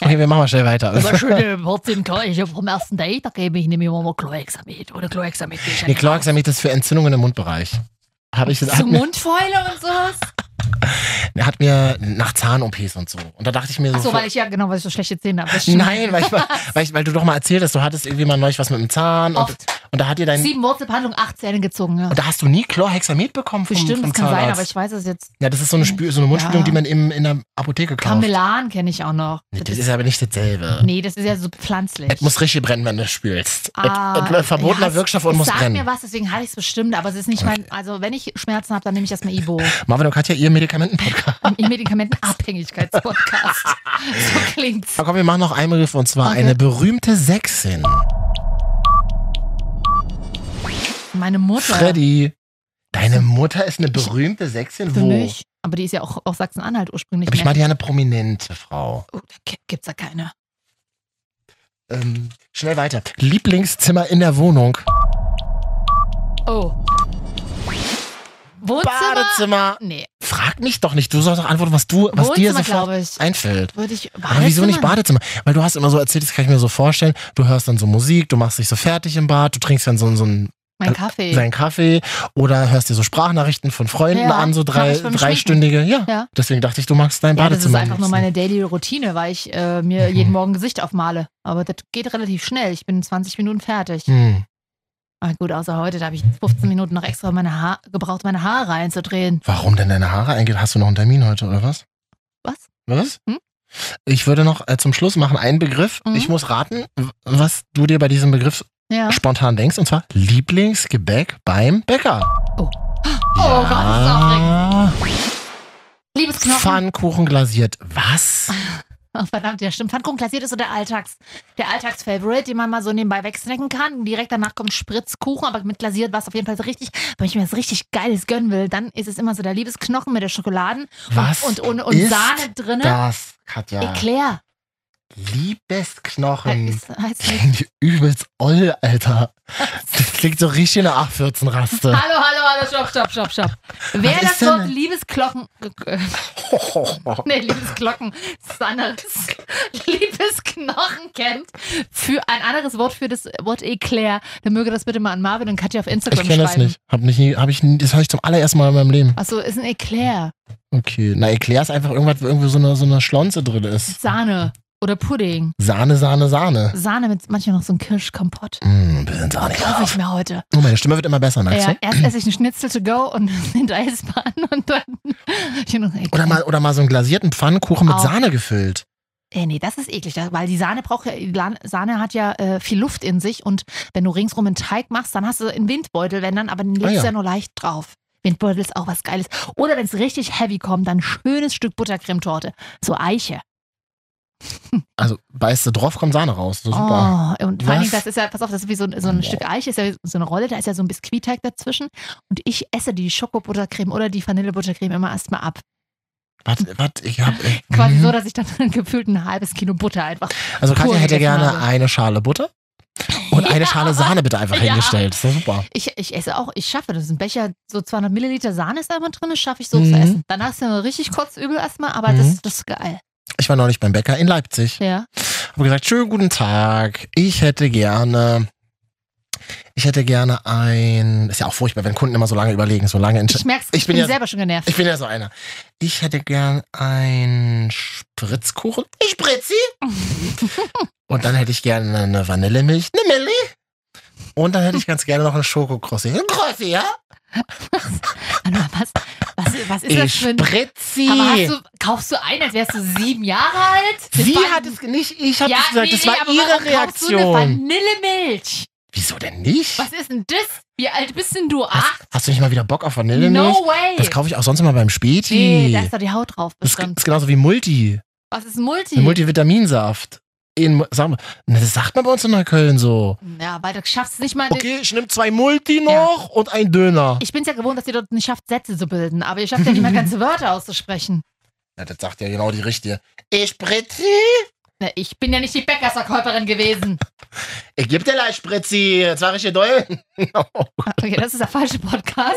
okay, wir machen mal schnell weiter.
Aber schön, trotzdem klar, ich hab vom ersten Date, da gebe ich nämlich immer mal Chlorhexamid oder Chlorhexamid. geh ich ja
Nee,
nicht raus.
Chlorhexamid ist für Entzündungen im Mundbereich. Habe ich
So
gesagt.
Mundfäule und sowas?
Hat mir nach Zahn-OPs und so. Und da dachte ich mir so.
Achso, weil ich ja, genau, weil ich so schlechte Zähne habe.
Nein, weil, ich mal, weil, ich, weil du doch mal erzählt hast, du hattest irgendwie mal neulich was mit dem Zahn und,
Oft.
und da hat dir dein.
Sieben Wurzelbehandlung, acht Zähne gezogen, ja.
Und da hast du nie Chlorhexamid bekommen vom,
Bestimmt,
vom
das kann
Zahnarzt.
sein, aber ich weiß es jetzt.
ja, das ist so eine, Spül so eine Mundspülung,
Ja.
die man im, in der Apotheke kauft.
Kamelan kenne ich auch noch.
Nee, Das ist aber nicht dasselbe.
nee, das ist ja so pflanzlich.
Es muss richtig brennen, wenn du spülst.
Ah,
Es- es- verbotener
ja, es-
Wirkstoff
es
und muss
sagt
brennen.
mir was, deswegen hatte ich es bestimmt, aber es ist nicht mein, also wenn ich Schmerzen habe, dann nehme ich erstmal Ibo.
Marvin und Katja, ihr Medikamenten-Podcast.
Im Medikamentenabhängigkeitspodcast. so klingt's.
Aber komm, wir machen noch einen Begriff und zwar
Okay.
eine berühmte Sechsin.
Meine Mutter.
Freddy. Deine Mutter ist eine berühmte Sechsin?
Für
Wo?
mich. Aber die ist ja auch aus Sachsen-Anhalt ursprünglich.
Aber ich
ne?
meine ja eine prominente Frau.
oh, da ki- gibt's da keine.
Ähm, schnell weiter. Lieblingszimmer in der Wohnung.
Oh. Wohnzimmer?
Badezimmer.
Nee.
Frag mich doch nicht. Du sollst doch antworten, was du, was dir
Wohnzimmer,
sofort
glaube ich.
einfällt.
Würde ich.
Aber wieso nicht
Badezimmer?
Badezimmer? Weil du hast immer so erzählt, das kann ich mir so vorstellen, du hörst dann so Musik, du machst dich so fertig im Bad, du trinkst dann so, so ein
Mein Kaffee.
seinen Kaffee oder hörst dir so Sprachnachrichten von Freunden
Ja,
an, so
mach
drei,
ich beim
dreistündige. Ja.
Ja.
deswegen dachte ich, du magst dein
ja, das ist
Badezimmer. Mhm.
einfach
am
nur
liebsten.
meine Daily Routine, weil ich äh, mir jeden Morgen Gesicht aufmale. Aber das geht relativ schnell. Ich bin in 20 Minuten fertig.
Hm.
Ah, gut, außer heute, da habe ich 15 Minuten noch extra meine Haar gebraucht, meine Haare einzudrehen.
Warum denn deine Haare eingeht? Hast du noch einen Termin heute oder was?
Was?
Was?
Hm?
Ich würde noch äh, zum Schluss machen einen Begriff.
Mhm.
Ich muss raten, w- was du dir bei diesem Begriff
Ja.
spontan denkst, und zwar Lieblingsgebäck beim Bäcker. Ah.
Oh. Oh
ja.
Liebes Knochen.
Pfannkuchen glasiert. Was?
Oh, verdammt, ja stimmt. Pfannkuchen klassiert ist so der Alltags, der Alltagsfavorite, den man mal so nebenbei wegsnacken kann. Direkt danach kommt Spritzkuchen, aber mit glasiert war es auf jeden Fall so richtig. Wenn ich mir was richtig Geiles gönnen will, dann ist es immer so der Liebesknochen mit der Schokoladen
Was?
und, und, und
ist
Sahne drinne.
Das, Katja.
Eclair.
Liebesknochen.
Äh, Ist, heißt nicht.
Klingt übelst oll, Alter. Das klingt so richtig nach 814-Raste.
Hallo, hallo, hallo, stopp, stopp, stopp, stopp. Wer
ist
das
denn
Wort äh,
denn?
Liebesklochen. Nee, Liebesklocken. Das anderes. Liebesknochen kennt. Für ein anderes Wort für das Wort Eclair. Dann möge das bitte mal an Marvin und Katja auf Instagram
Ich kenne das
schreiben.
nicht. Hab nicht nie, hab ich, nie- das habe ich zum allerersten Mal in meinem Leben.
Achso, ist ein Eclair.
Okay. Na, Eclair ist einfach irgendwas, wo irgendwie so eine, so eine Schlonze drin ist.
Sahne oder Pudding.
Sahne, Sahne, Sahne.
Sahne mit manchmal noch so einem Kirschkompott.
Mm, ein bisschen Sahne.
Kaufe ich mir heute.
Oh, meine Stimme wird immer besser, merkst
Ja,
du?
erst esse ich einen Schnitzel to go und hinterher ist Bahn und dann. Ich will noch ein Eclair.
Oder mal, oder mal so einen glasierten Pfannkuchen mit
Auch.
Sahne gefüllt.
Äh, nee, das ist eklig, da- weil die Sahne braucht ja, La- Sahne hat ja äh, viel Luft in sich und wenn du ringsrum einen Teig machst, dann hast du einen Windbeutel, wenn dann, aber den legst
Ah, ja.
du ja nur leicht drauf. Windbeutel ist auch was Geiles. Oder wenn es richtig heavy kommt, dann ein schönes Stück Buttercremetorte. So Eiche.
Also beißt du drauf, kommt Sahne raus. So super.
Oh, und vor allen Dingen,
Was?
das ist ja, pass auf, das ist wie so ein, so ein Stück Eiche, ist ja so eine Rolle, da ist ja so ein Biskuitteig dazwischen. Und ich esse die Schokobuttercreme oder die Vanillebuttercreme immer erstmal ab.
Warte, warte, ich hab. äh,
Quasi
mhm.
so, dass ich dann gefühlt ein halbes Kilo Butter einfach.
Also Katja
Kuchen
hätte
gegessen
gerne
habe.
eine Schale Butter und eine Schale Sahne bitte einfach
Ja.
hingestellt. Ist doch super.
Ich, ich esse auch, ich schaffe das. Ein Becher, so 200 Milliliter Sahne ist da immer drin, das schaffe ich so
Mhm.
zu essen. Dann hast du ja richtig kotzübel erstmal, aber das,
Mhm.
das ist geil.
Ich war neulich beim Bäcker in Leipzig.
Ja.
Habe gesagt, schönen guten Tag. Ich hätte gerne. Ich hätte gerne ein. Ist ja auch furchtbar, wenn Kunden immer so lange überlegen, so lange
Ich
entscheiden.
merk's,
Ich
ich,
bin
bin,
ja-
selber schon genervt.
Ich bin ja so einer. Ich hätte gern ein Spritzkuchen. Ich spritzi. Und dann hätte ich gerne eine Vanillemilch. Eine Milli. Und dann hätte ich ganz gerne noch einen Schokokrossi. Ein Krossi, ja?
Hallo, Ah, was, was, was ist das
Ich
für ein. Aber
spritzi.
hast du, kaufst du ein, als wärst du sieben Jahre alt?
Sie
Das war-
hat es nicht, ich habe
ja,
es gesagt.
nee,
Das
nee,
war
aber
ihre
warum kaufst Du eine
Reaktion.
Vanillemilch.
Wieso denn nicht?
Was ist denn das? Wie alt bist denn du? Ach,
Hast, hast du nicht mal wieder Bock auf Vanillemilch?
no way.
Das kaufe ich auch sonst immer beim Späti.
nee, da ist doch die Haut drauf
das ist,
bestimmt.
ist genauso wie Multi.
Was ist Multi?
Ein Multivitaminsaft. In, sag mal, na, das sagt man bei uns in Neukölln so.
Ja, weil du schaffst es nicht mal,
Okay, ich nehme zwei Multi noch und einen Döner.
Ich bin's ja gewohnt, dass ihr dort nicht schafft, Sätze zu bilden, aber ihr schafft ja nicht mal ganze Wörter auszusprechen.
Na, das sagt ja genau die richtige. Ich spritzi.
Na, Ne, ich bin ja nicht die Bäckersverkäuferin gewesen.
Ich geb dir leicht Spritzi. Jetzt war ich hier doll.
Ah, Okay, das ist der falsche Podcast.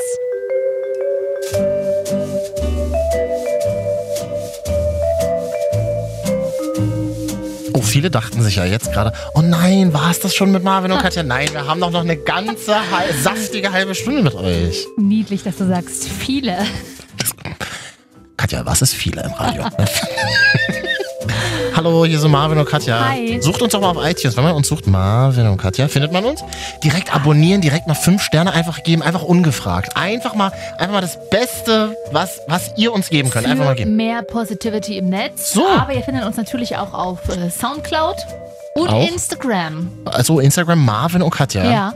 Oh, viele dachten sich ja jetzt gerade, oh nein, war es das schon mit Marvin und Katja? Nein, wir haben doch noch eine ganze hal- saftige halbe Stunde mit euch.
Niedlich, dass du sagst, viele.
Katja, was ist viele im Radio? Hallo, hier sind Marvin und Katja.
Hi.
Sucht uns doch mal auf iTunes. Wenn man uns sucht, Marvin und Katja, findet man uns. Direkt abonnieren, direkt mal fünf Sterne einfach geben, einfach ungefragt. Einfach mal, einfach mal das Beste, was, was ihr uns geben könnt. Einfach mal
Für
geben.
mehr Positivity im Netz.
So.
Aber ihr findet uns natürlich auch auf äh, Soundcloud und
Auch?
Instagram.
Also Instagram Marvin und Katja
Ja.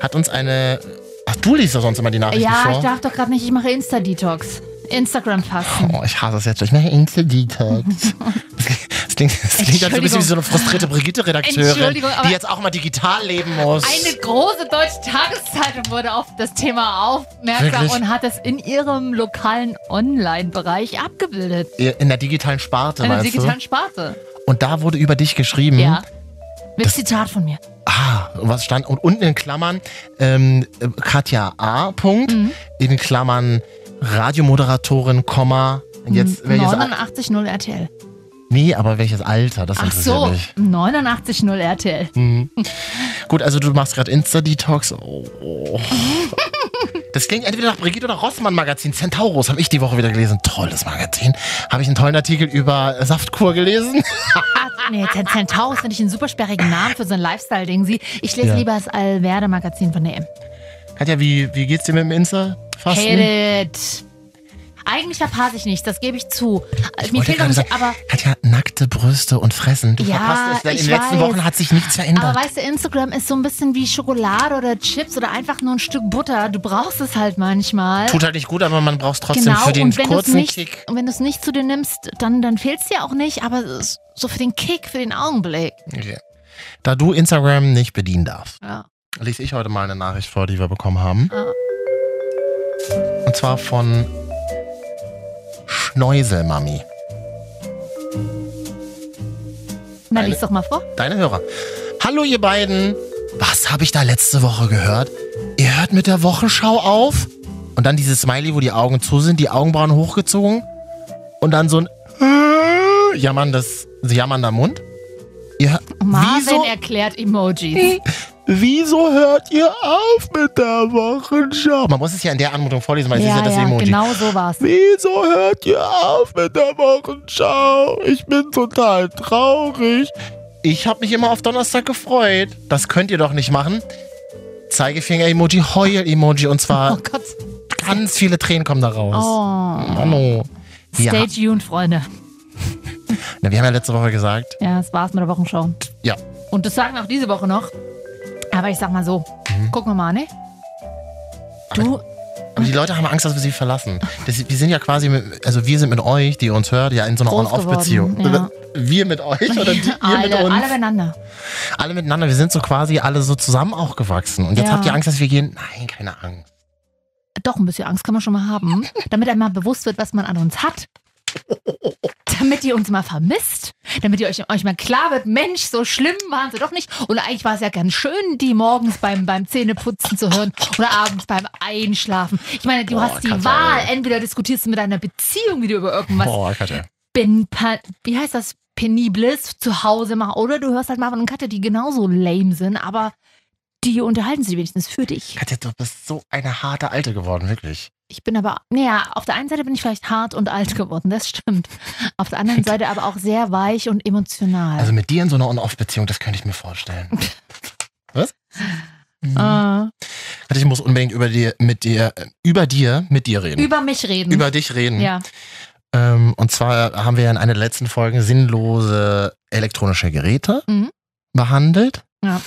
hat uns eine. Ach, du liest doch sonst immer die
Ja,
Nachrichten vor.
ich darf doch gerade nicht, ich mache Insta-Detox. Instagram-Fasten.
Oh, ich hasse es jetzt. Ich mache Insta-Detox. Das klingt, das klingt halt so ein bisschen
Entschuldigung.
wie so eine frustrierte Brigitte-Redakteurin,
Entschuldigung, aber-
die jetzt auch mal digital leben muss.
Eine große deutsche Tageszeitung wurde auf das Thema aufmerksam
Wirklich?
und hat es in ihrem lokalen Online-Bereich abgebildet.
In der digitalen Sparte,
Eine
meinst Hm?
digitalen Sparte.
du? Und da wurde über dich geschrieben.
Ja. Mit Zitat von mir.
Ah, und was stand? Und unten in Klammern ähm, Katja A. Punkt,
Mhm.
in
Mhm.
Klammern Radiomoderatorin, Komma. Und Jetzt, welches,
89.0 RTL.
Nee, aber welches Alter? Das
Ach
interessiert
so,
mich.
89.0 RTL.
Gut, also du machst gerade Insta-Detox. Oh, oh. Das klingt entweder nach Brigitte oder Rossmann Magazin. Centaurus habe ich die Woche wieder gelesen. Tolles Magazin. Habe ich einen tollen Artikel über Saftkur gelesen.
Ah, nee, Cent- Centaurus finde ich einen super sperrigen Namen für so ein Lifestyle-Ding. Sie, ich lese
Ja.
lieber das Alverde-Magazin von der M.
Katja, wie, wie geht's dir mit dem Insta-Fasten?
Hate it. Eigentlich verpasse ich nichts, das gebe ich zu. Mir
Wollte
fehlt noch
gerade
nicht,
sagen,
aber,
Katja, nackte Brüste und Fressen. Du
Ja,
verpasst es, denn in den
ich
letzten
weiß.
Wochen hat sich nichts verändert.
aber weißt du, Instagram ist so ein bisschen wie Schokolade oder Chips oder einfach nur ein Stück Butter. Du brauchst es halt manchmal.
Tut halt nicht gut, aber man braucht trotzdem
genau,
für den
und wenn du es
kurzen
nicht,
Kick.
und wenn du es nicht zu dir nimmst, dann, dann fehlt es dir auch nicht, aber es- so für den Kick, für den Augenblick.
Okay. Da du Instagram nicht bedienen darfst,
Ja.
lese ich heute mal eine Nachricht vor, die wir bekommen haben.
Ah.
Und zwar von Schneuselmami.
Na,
Eine-
lies doch mal vor.
deine Hörer. Hallo ihr beiden. Was habe ich da letzte Woche gehört? Ihr hört mit der Wochenschau auf? Und dann dieses Smiley, wo die Augen zu sind, die Augenbrauen hochgezogen und dann so ein jammern das jammernder Mund. Ihr, hör-
Marvin
wieso,
erklärt Emojis.
wieso hört ihr auf mit der Wochenschau? Man muss es ja in der Anmutung vorlesen, weil es ist ja das Emoji.
genau so war's.
Wieso hört ihr auf mit der Wochenschau? Ich bin total traurig. Ich habe mich immer auf Donnerstag gefreut. Das könnt ihr doch nicht machen. Zeigefinger-Emoji, Heul-Emoji und
Oh
zwar
Gott.
ganz viele Tränen kommen da raus.
Oh.
Hallo. Wir,
Stay
ha
tuned, Freunde.
Na, wir haben ja letzte Woche gesagt,
Ja, das war's mit der Wochenschau.
ja,
Und das sagen wir auch diese Woche noch. Aber ich sag mal so, gucken wir mal, ne? Du,
Mhm. aber die Leute haben Angst, dass wir sie verlassen. Das, wir sind ja quasi, mit, also wir sind mit euch, die ihr uns hört, ja in so einer
Groß
On-Off-Beziehung.
geworden,
Wir mit euch oder die, ihr mit
alle,
uns.
alle miteinander.
alle miteinander. Wir sind so quasi alle so zusammen auch gewachsen. Und jetzt
Ja.
habt ihr Angst, dass wir gehen? Nein, keine Angst.
Doch, ein bisschen Angst kann man schon mal haben, damit einmal bewusst wird, was man an uns hat. Damit ihr uns mal vermisst, damit ihr euch, euch mal klar wird, Mensch, so schlimm waren sie doch nicht. Und eigentlich war es ja ganz schön, die morgens beim, beim Zähneputzen zu hören oder abends beim Einschlafen. Ich meine, du
Boah,
hast die
Katja,
Wahl.
ey.
Entweder diskutierst du mit deiner Beziehung wieder über irgendwas
Boah, Katja.
bin, pa- wie heißt das, penibles zu Hause machen. Oder du hörst halt mal von Katja, die genauso lame sind, aber die unterhalten sich wenigstens für dich.
Katja, du bist so eine harte Alte geworden, wirklich.
Ich bin aber, naja, auf der einen Seite bin ich vielleicht hart und alt geworden, das stimmt. Auf der anderen Seite aber auch sehr weich und emotional.
Also mit dir in so einer On-Off-Beziehung, das könnte ich mir vorstellen. mhm.
äh,
Katja, ich muss unbedingt über dir, mit dir, äh, über dir, mit dir reden.
über mich reden.
Über dich reden.
ja.
Ähm, und zwar haben wir in einer der letzten Folgen sinnlose elektronische Geräte
Mhm.
behandelt.
Ja.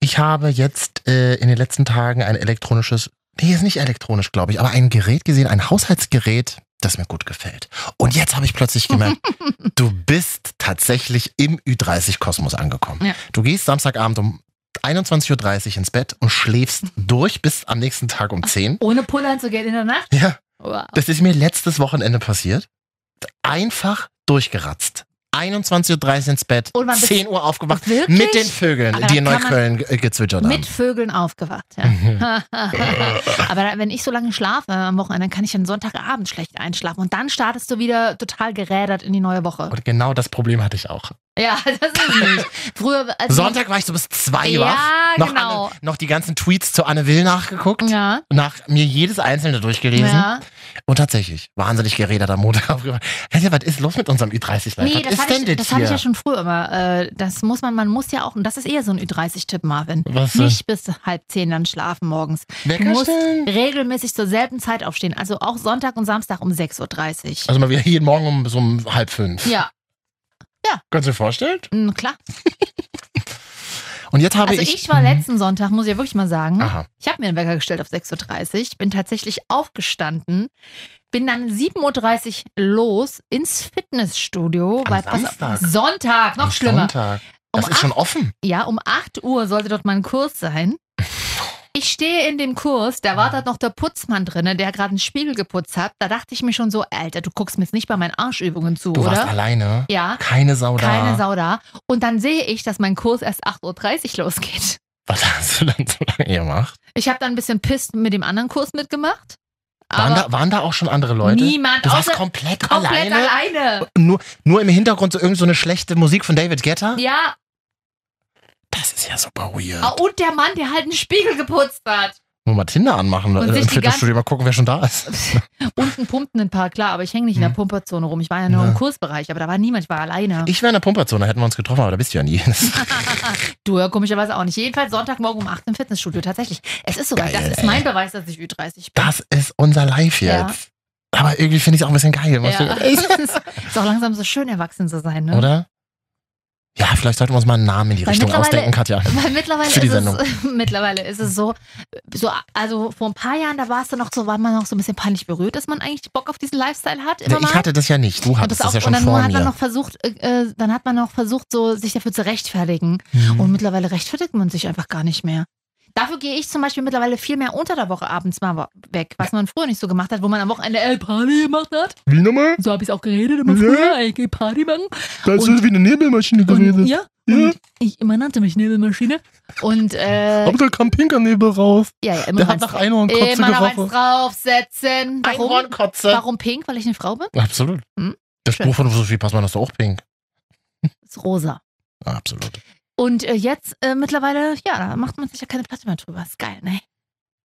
Ich habe jetzt äh, in den letzten Tagen ein elektronisches, nee, ist nicht elektronisch, glaube ich, aber ein Gerät gesehen, ein Haushaltsgerät, das mir gut gefällt. Und jetzt habe ich plötzlich gemerkt, du bist tatsächlich im Ü30-Kosmos angekommen.
Ja.
Du gehst Samstagabend um 21.30 Uhr ins Bett und schläfst durch bis am nächsten Tag um 10.
Ohne pullern zu gehen in der Nacht.
Ja.
Wow.
Das ist mir letztes Wochenende passiert. Einfach durchgeratzt. 21.30 Uhr ins Bett,
Und man bist-
10 Uhr aufgewacht,
Wirklich?
mit den Vögeln,
Aber
die in
da kann
Neukölln ge- gezwitschert haben.
Mit Vögeln aufgewacht, ja.
Mhm.
Aber da- wenn ich so lange schlafe am Wochenende, dann kann ich am Sonntagabend schlecht einschlafen. Und dann startest du wieder total gerädert in die neue Woche.
Und genau das Problem hatte ich auch.
Ja, das ist nicht. Früher, als
Sonntag war ich so bis zwei
Ja,
wach. Noch,
genau.
Anne, noch die ganzen Tweets zu Anne Will nachgeguckt.
Ja,
Nach mir jedes einzelne durchgelesen.
ja.
Und tatsächlich, wahnsinnig geredet am Montag aufgewacht. Weißt du, was ist los mit unserem Ü30 Live?
Nee,
was
das
ist
hatte
denn das
ich, das
hier?
hatte ich ja schon früher immer. Äh, Das muss man, man muss ja auch, und das ist eher so ein Ü30-Tipp, Marvin.
Was denn?
Nicht bis halb zehn dann schlafen morgens. Du
Wecker
musst
stellen?
regelmäßig zur selben Zeit aufstehen. Also auch Sonntag und Samstag um 6.30 Uhr.
Also mal wieder jeden Morgen um so um halb fünf.
Ja,
Kannst du dir vorstellen?
mm, klar.
Und jetzt habe
Also
ich... Mhm. Hm? Ah.
ich, war letzten Sonntag, muss ich ja wirklich mal sagen,
Aha.
ich habe mir einen Wecker gestellt auf 6.30 Uhr, bin tatsächlich aufgestanden, bin dann 7.30 Uhr los ins Fitnessstudio.
Am
pass auf,
Samstag?
Sonntag, noch
Am
schlimmer.
Sonntag. Das
Um
ist schon offen.
Ja, um 8 Uhr sollte dort mein Kurs sein. Ich stehe in dem Kurs, da wartet noch der Putzmann drinne, der gerade einen Spiegel geputzt hat. Da dachte ich mir schon so, Alter, du guckst mir jetzt nicht bei meinen Arschübungen zu,
Du warst
oder?
alleine.
Ja,
Keine Sau da.
keine Sau da. Und dann sehe ich, dass mein Kurs erst 8.30 Uhr losgeht.
Was hast du dann so lange gemacht?
Ich habe dann ein bisschen pisst mit dem anderen Kurs mitgemacht.
Waren
Aber
da, waren da auch schon andere Leute?
Niemand,
Du warst
außer-
komplett,
komplett
alleine?
alleine.
Nur, nur im Hintergrund so irgend so eine schlechte Musik von David Guetta?
Ja,
Das ist ja super weird.
ah, und der Mann, der halt einen Spiegel geputzt hat.
Nur mal Tinder anmachen äh,
Und sich
im
die ganze-
Fitnessstudio, mal gucken, wer schon da ist.
Unten pumpten ein paar, klar, aber ich hänge nicht in der Pumperzone rum. Ich war ja nur
Mhm. Ja.
im Kursbereich, aber da war niemand, ich war alleine.
Ich wäre in der Pumperzone, hätten wir uns getroffen, aber da bist du ja nie.
du, ja, komischerweise auch nicht. Jedenfalls Sonntagmorgen um 8 im Fitnessstudio, tatsächlich. Es ist soweit,
Geil,
das ist
ey.
mein Beweis, dass ich Ü30 bin.
Das ist unser Live
Ja.
jetzt. Aber irgendwie finde ich es auch ein bisschen geil. muss
ja.
ich-
ist auch langsam so schön, erwachsen zu sein, ne?
Oder? Ja, vielleicht sollten wir uns mal einen Namen in die
Weil
Richtung
mittlerweile-
ausdenken, Katja.
Weil mittlerweile
Für die
ist, es, mittlerweile ist es so, so, also vor ein paar Jahren, da warst du noch so, war man noch so ein bisschen peinlich berührt, dass man eigentlich Bock auf diesen Lifestyle hat. Immer
Ich
mal.
hatte das ja nicht. Du
und
hattest
das
das,
auch,
ja
und
schon
dann
vor
hat man
mir.
noch versucht, äh, äh, dann hat man noch versucht, so sich dafür zu rechtfertigen.
Hm.
Und mittlerweile rechtfertigt man sich einfach gar nicht mehr. Dafür gehe ich zum Beispiel mittlerweile viel mehr unter der Woche abends mal wa- weg, was man früher nicht so gemacht hat, wo man am Wochenende ey, Party gemacht hat.
Wie nochmal?
So habe ich es auch geredet immer
Ja.
früher, ey, geh Party machen.
Das
Und-
wie eine Nebelmaschine
Und, ja,
Ja.
und ich, man nannte mich Nebelmaschine. Und äh, ja,
da kam pinker Nebel raus.
ja, immer noch eins-
Einhornkotze
immer noch eins draufsetzen. Warum?
Einhornkotze.
Warum pink? Weil ich eine Frau bin?
Absolut.
Hm?
Das
Schön.
Buch von Sophie Passmann ist doch auch pink.
Das ist rosa.
Ja, Absolut.
Und äh, jetzt äh, mittlerweile, ja, da macht man sich ja keine Platte mehr drüber. Ist geil, ne?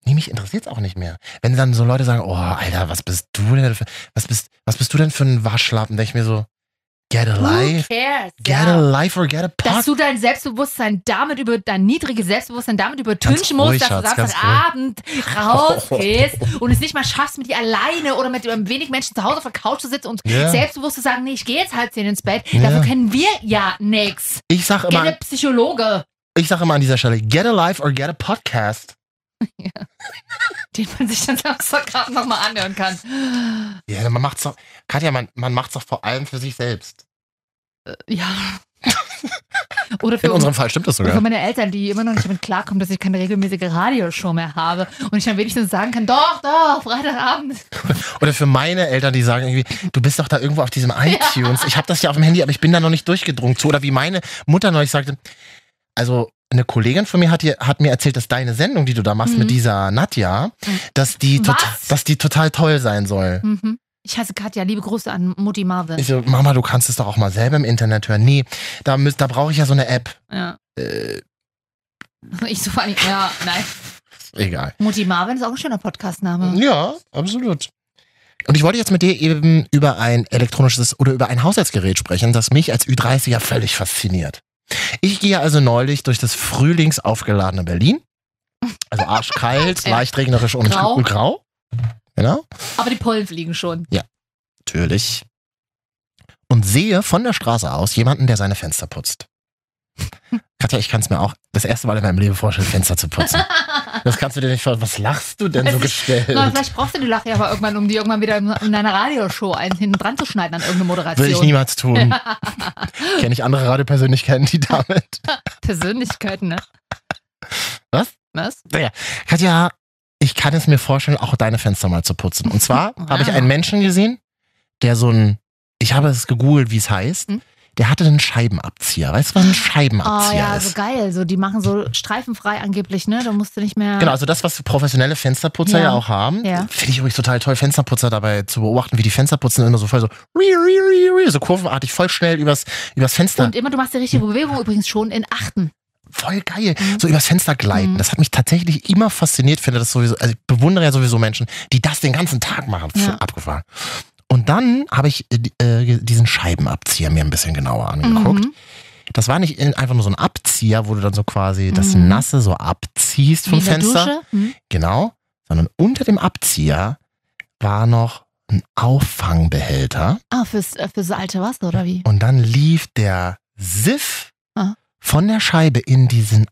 Nee, mich interessiert's auch nicht mehr. Wenn dann so Leute sagen, oh, Alter, was bist du denn für, was bist, was bist du denn für ein Waschlappen? Denke ich mir so, get a
Who
life,
cares?
get a
ja.
life or get a
Dass
puck.
du dein Selbstbewusstsein damit über, dein niedriges Selbstbewusstsein damit übertünchen
ruhig,
musst, dass du
Schatz, ganz
Samstagabend rausgehst und es nicht mal schaffst, mit dir alleine oder mit ähm, wenig Menschen zu Hause auf der Couch zu sitzen und
Ja.
selbstbewusst zu sagen, nee, ich gehe jetzt halb zehn ins Bett.
Ja.
Dafür kennen wir ja nix.
Ich sag immer,
Gerne Psychologe,
ich sag immer an dieser Stelle, get a life or get a podcast.
den man sich dann Samstagabend nochmal anhören kann.
Ja, man macht's doch, Katja, man, man macht's doch vor allem für sich selbst.
Ja. Oder für
In unserem Fall stimmt das
Oder für
sogar.
meine Eltern, die immer noch nicht damit klarkommen, dass ich keine regelmäßige Radioshow mehr habe. Und ich dann wenigstens sagen kann, doch, doch, Freitagabend.
Oder für meine Eltern, die sagen irgendwie, du bist doch da irgendwo auf diesem iTunes. Ich habe das ja auf dem Handy, aber ich bin da noch nicht durchgedrungen zu. Oder wie meine Mutter neulich sagte, also eine Kollegin von mir hat, dir, hat mir erzählt, dass deine Sendung, die du da machst
Mhm.
mit dieser Nadja, dass die,
Was?
total, dass die total toll sein soll.
Mhm. Ich heiße Katja, liebe Grüße an Mutti Marvin.
Ich so, Mama, du kannst es doch auch mal selber im Internet hören. Nee, da, müß- da brauche ich ja so eine App.
Ja.
Äh,
Ich so vor allem, ja, nein.
egal.
Mutti Marvin ist auch ein schöner Podcastname.
Ja, absolut. Und ich wollte jetzt mit dir eben über ein elektronisches oder über ein Haushaltsgerät sprechen, das mich als Ü30er völlig fasziniert. Ich gehe also neulich durch das frühlingsaufgeladene Berlin. Also arschkalt,
Ja.
leicht regnerisch und
Grau.
und grau. Genau.
Aber die Pollen fliegen schon.
Natürlich. Und sehe von der Straße aus jemanden, der seine Fenster putzt. Katja, ich kann es mir auch das erste Mal in meinem Leben vorstellen, Fenster zu putzen. Das kannst du dir nicht vorstellen. Was lachst du denn so
Es Na,
gestellt?
vielleicht brauchst du die Lache ja aber irgendwann, um die irgendwann wieder in in deiner Radioshow einen hinten dran zu schneiden an irgendeine
Würde ich
Moderation.
niemals tun. Kenne ich andere Radiopersönlichkeiten, die damit.
Persönlichkeiten, ne?
Was?
Was?
Katja, ich kann es mir vorstellen, auch deine Fenster mal zu putzen. Und zwar
Ah.
habe ich einen Menschen gesehen, der so ein, ich habe es gegoogelt, wie es heißt,
Hm?
der hatte einen Scheibenabzieher. Weißt du, was ein Scheibenabzieher
Oh ja,
ist?
so geil. So, die machen so streifenfrei angeblich, ne? Da musst du nicht mehr.
Genau, also das, was professionelle Fensterputzer ja,
Ja.
auch haben,
Ja.
finde ich übrigens total toll, Fensterputzer dabei zu beobachten, wie die Fenster putzen immer so voll so, ri, ri, ri, ri, so kurvenartig, voll schnell übers, übers Fenster.
Und immer, du machst die richtige Bewegung übrigens schon in Achten.
voll geil.
Mhm.
So übers Fenster gleiten.
Mhm.
Das hat mich tatsächlich immer fasziniert, finde das sowieso. Also ich bewundere ja sowieso Menschen, die das den ganzen Tag machen. Pff,
Ja.
Abgefahren. Und dann habe ich äh, äh, diesen Scheibenabzieher mir ein bisschen genauer angeguckt.
Mhm.
Das war nicht in- einfach nur so ein Abzieher, wo du dann so quasi das
Mhm.
Nasse so abziehst
Wie
vom
in der
Fenster.
Dusche. Mhm.
Genau. Sondern unter dem Abzieher war noch ein Auffangbehälter.
Ah, fürs, äh, fürs alte Wasser, oder wie?
Und dann lief der Siff
Ah.
von der Scheibe in diesen,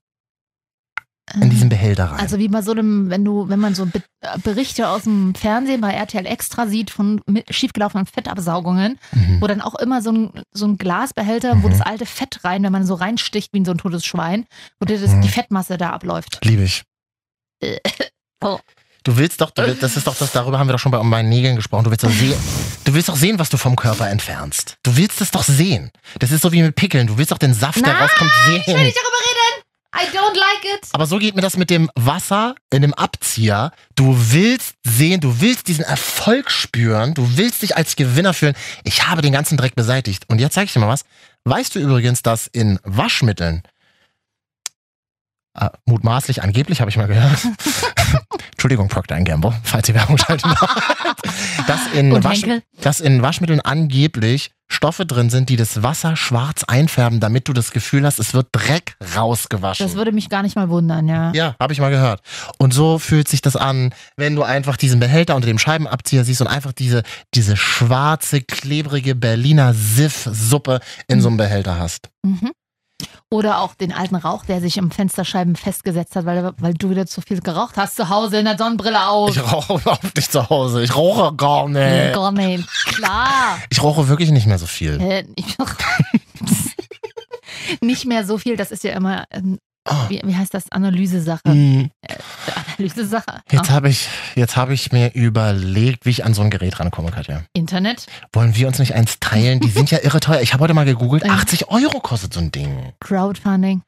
in diesen Behälter rein.
also wie bei so einem, wenn du, wenn man so Be äh, Berichte aus dem Fernsehen bei RTL Extra sieht von mit schiefgelaufenen Fettabsaugungen,
mhm.
wo dann auch immer so ein, so ein Glasbehälter, wo
Mhm.
das alte Fett rein, wenn man so reinsticht wie in so ein totes Schwein, wo dir das,
Mhm.
die Fettmasse da abläuft.
Liebe ich.
oh.
Du willst doch, du willst, das ist doch das, darüber haben wir doch schon bei um meinen Nägeln gesprochen. Du willst doch sehen, du willst doch sehen, was du vom Körper entfernst. Du willst es doch sehen. Das ist so wie mit Pickeln. Du willst doch den Saft, der
Nein,
rauskommt,
Ich will
sehen.
nicht darüber reden! I don't like it.
Aber so geht mir das mit dem Wasser in dem Abzieher. Du willst sehen, du willst diesen Erfolg spüren, du willst dich als Gewinner fühlen. Ich habe den ganzen Dreck beseitigt. Und jetzt zeige ich dir mal was. Weißt du übrigens, dass in Waschmitteln, äh, mutmaßlich angeblich, habe ich mal gehört, Entschuldigung, Procter Gamble, falls ihr Werbung schalten wollt, dass in,
Und
Wasch,
Henkel.
dass in Waschmitteln angeblich Stoffe drin sind, die das Wasser schwarz einfärben, damit du das Gefühl hast, es wird Dreck rausgewaschen.
Das würde mich gar nicht mal wundern, ja.
Ja, habe ich mal gehört. Und so fühlt sich das an, wenn du einfach diesen Behälter unter dem Scheibenabzieher siehst und einfach diese, diese schwarze, klebrige Berliner Siff-Suppe in so einem Behälter hast.
Mhm. Oder auch den alten Rauch, der sich im Fensterscheiben festgesetzt hat, weil, weil du wieder zu viel geraucht hast zu Hause in der Sonnenbrille aus.
Ich Äh. rauche überhaupt nicht zu Hause. Ich rauche gar nicht.
Gar nicht. Klar.
Ich rauche wirklich nicht mehr so viel.
Äh, ich- nicht mehr so viel, das ist ja immer, ähm, wie, wie heißt das, Analysesache.
Ah. Hm,
Analysesache.
Jetzt
Ah,
habe ich, jetzt hab ich mir überlegt, wie ich an so ein Gerät rankomme, Katja.
Internet,
Wollen wir uns nicht eins teilen? Die sind ja irre teuer. Ich habe heute mal gegoogelt,
Ja.
80 Euro kostet so ein Ding.
Crowdfunding,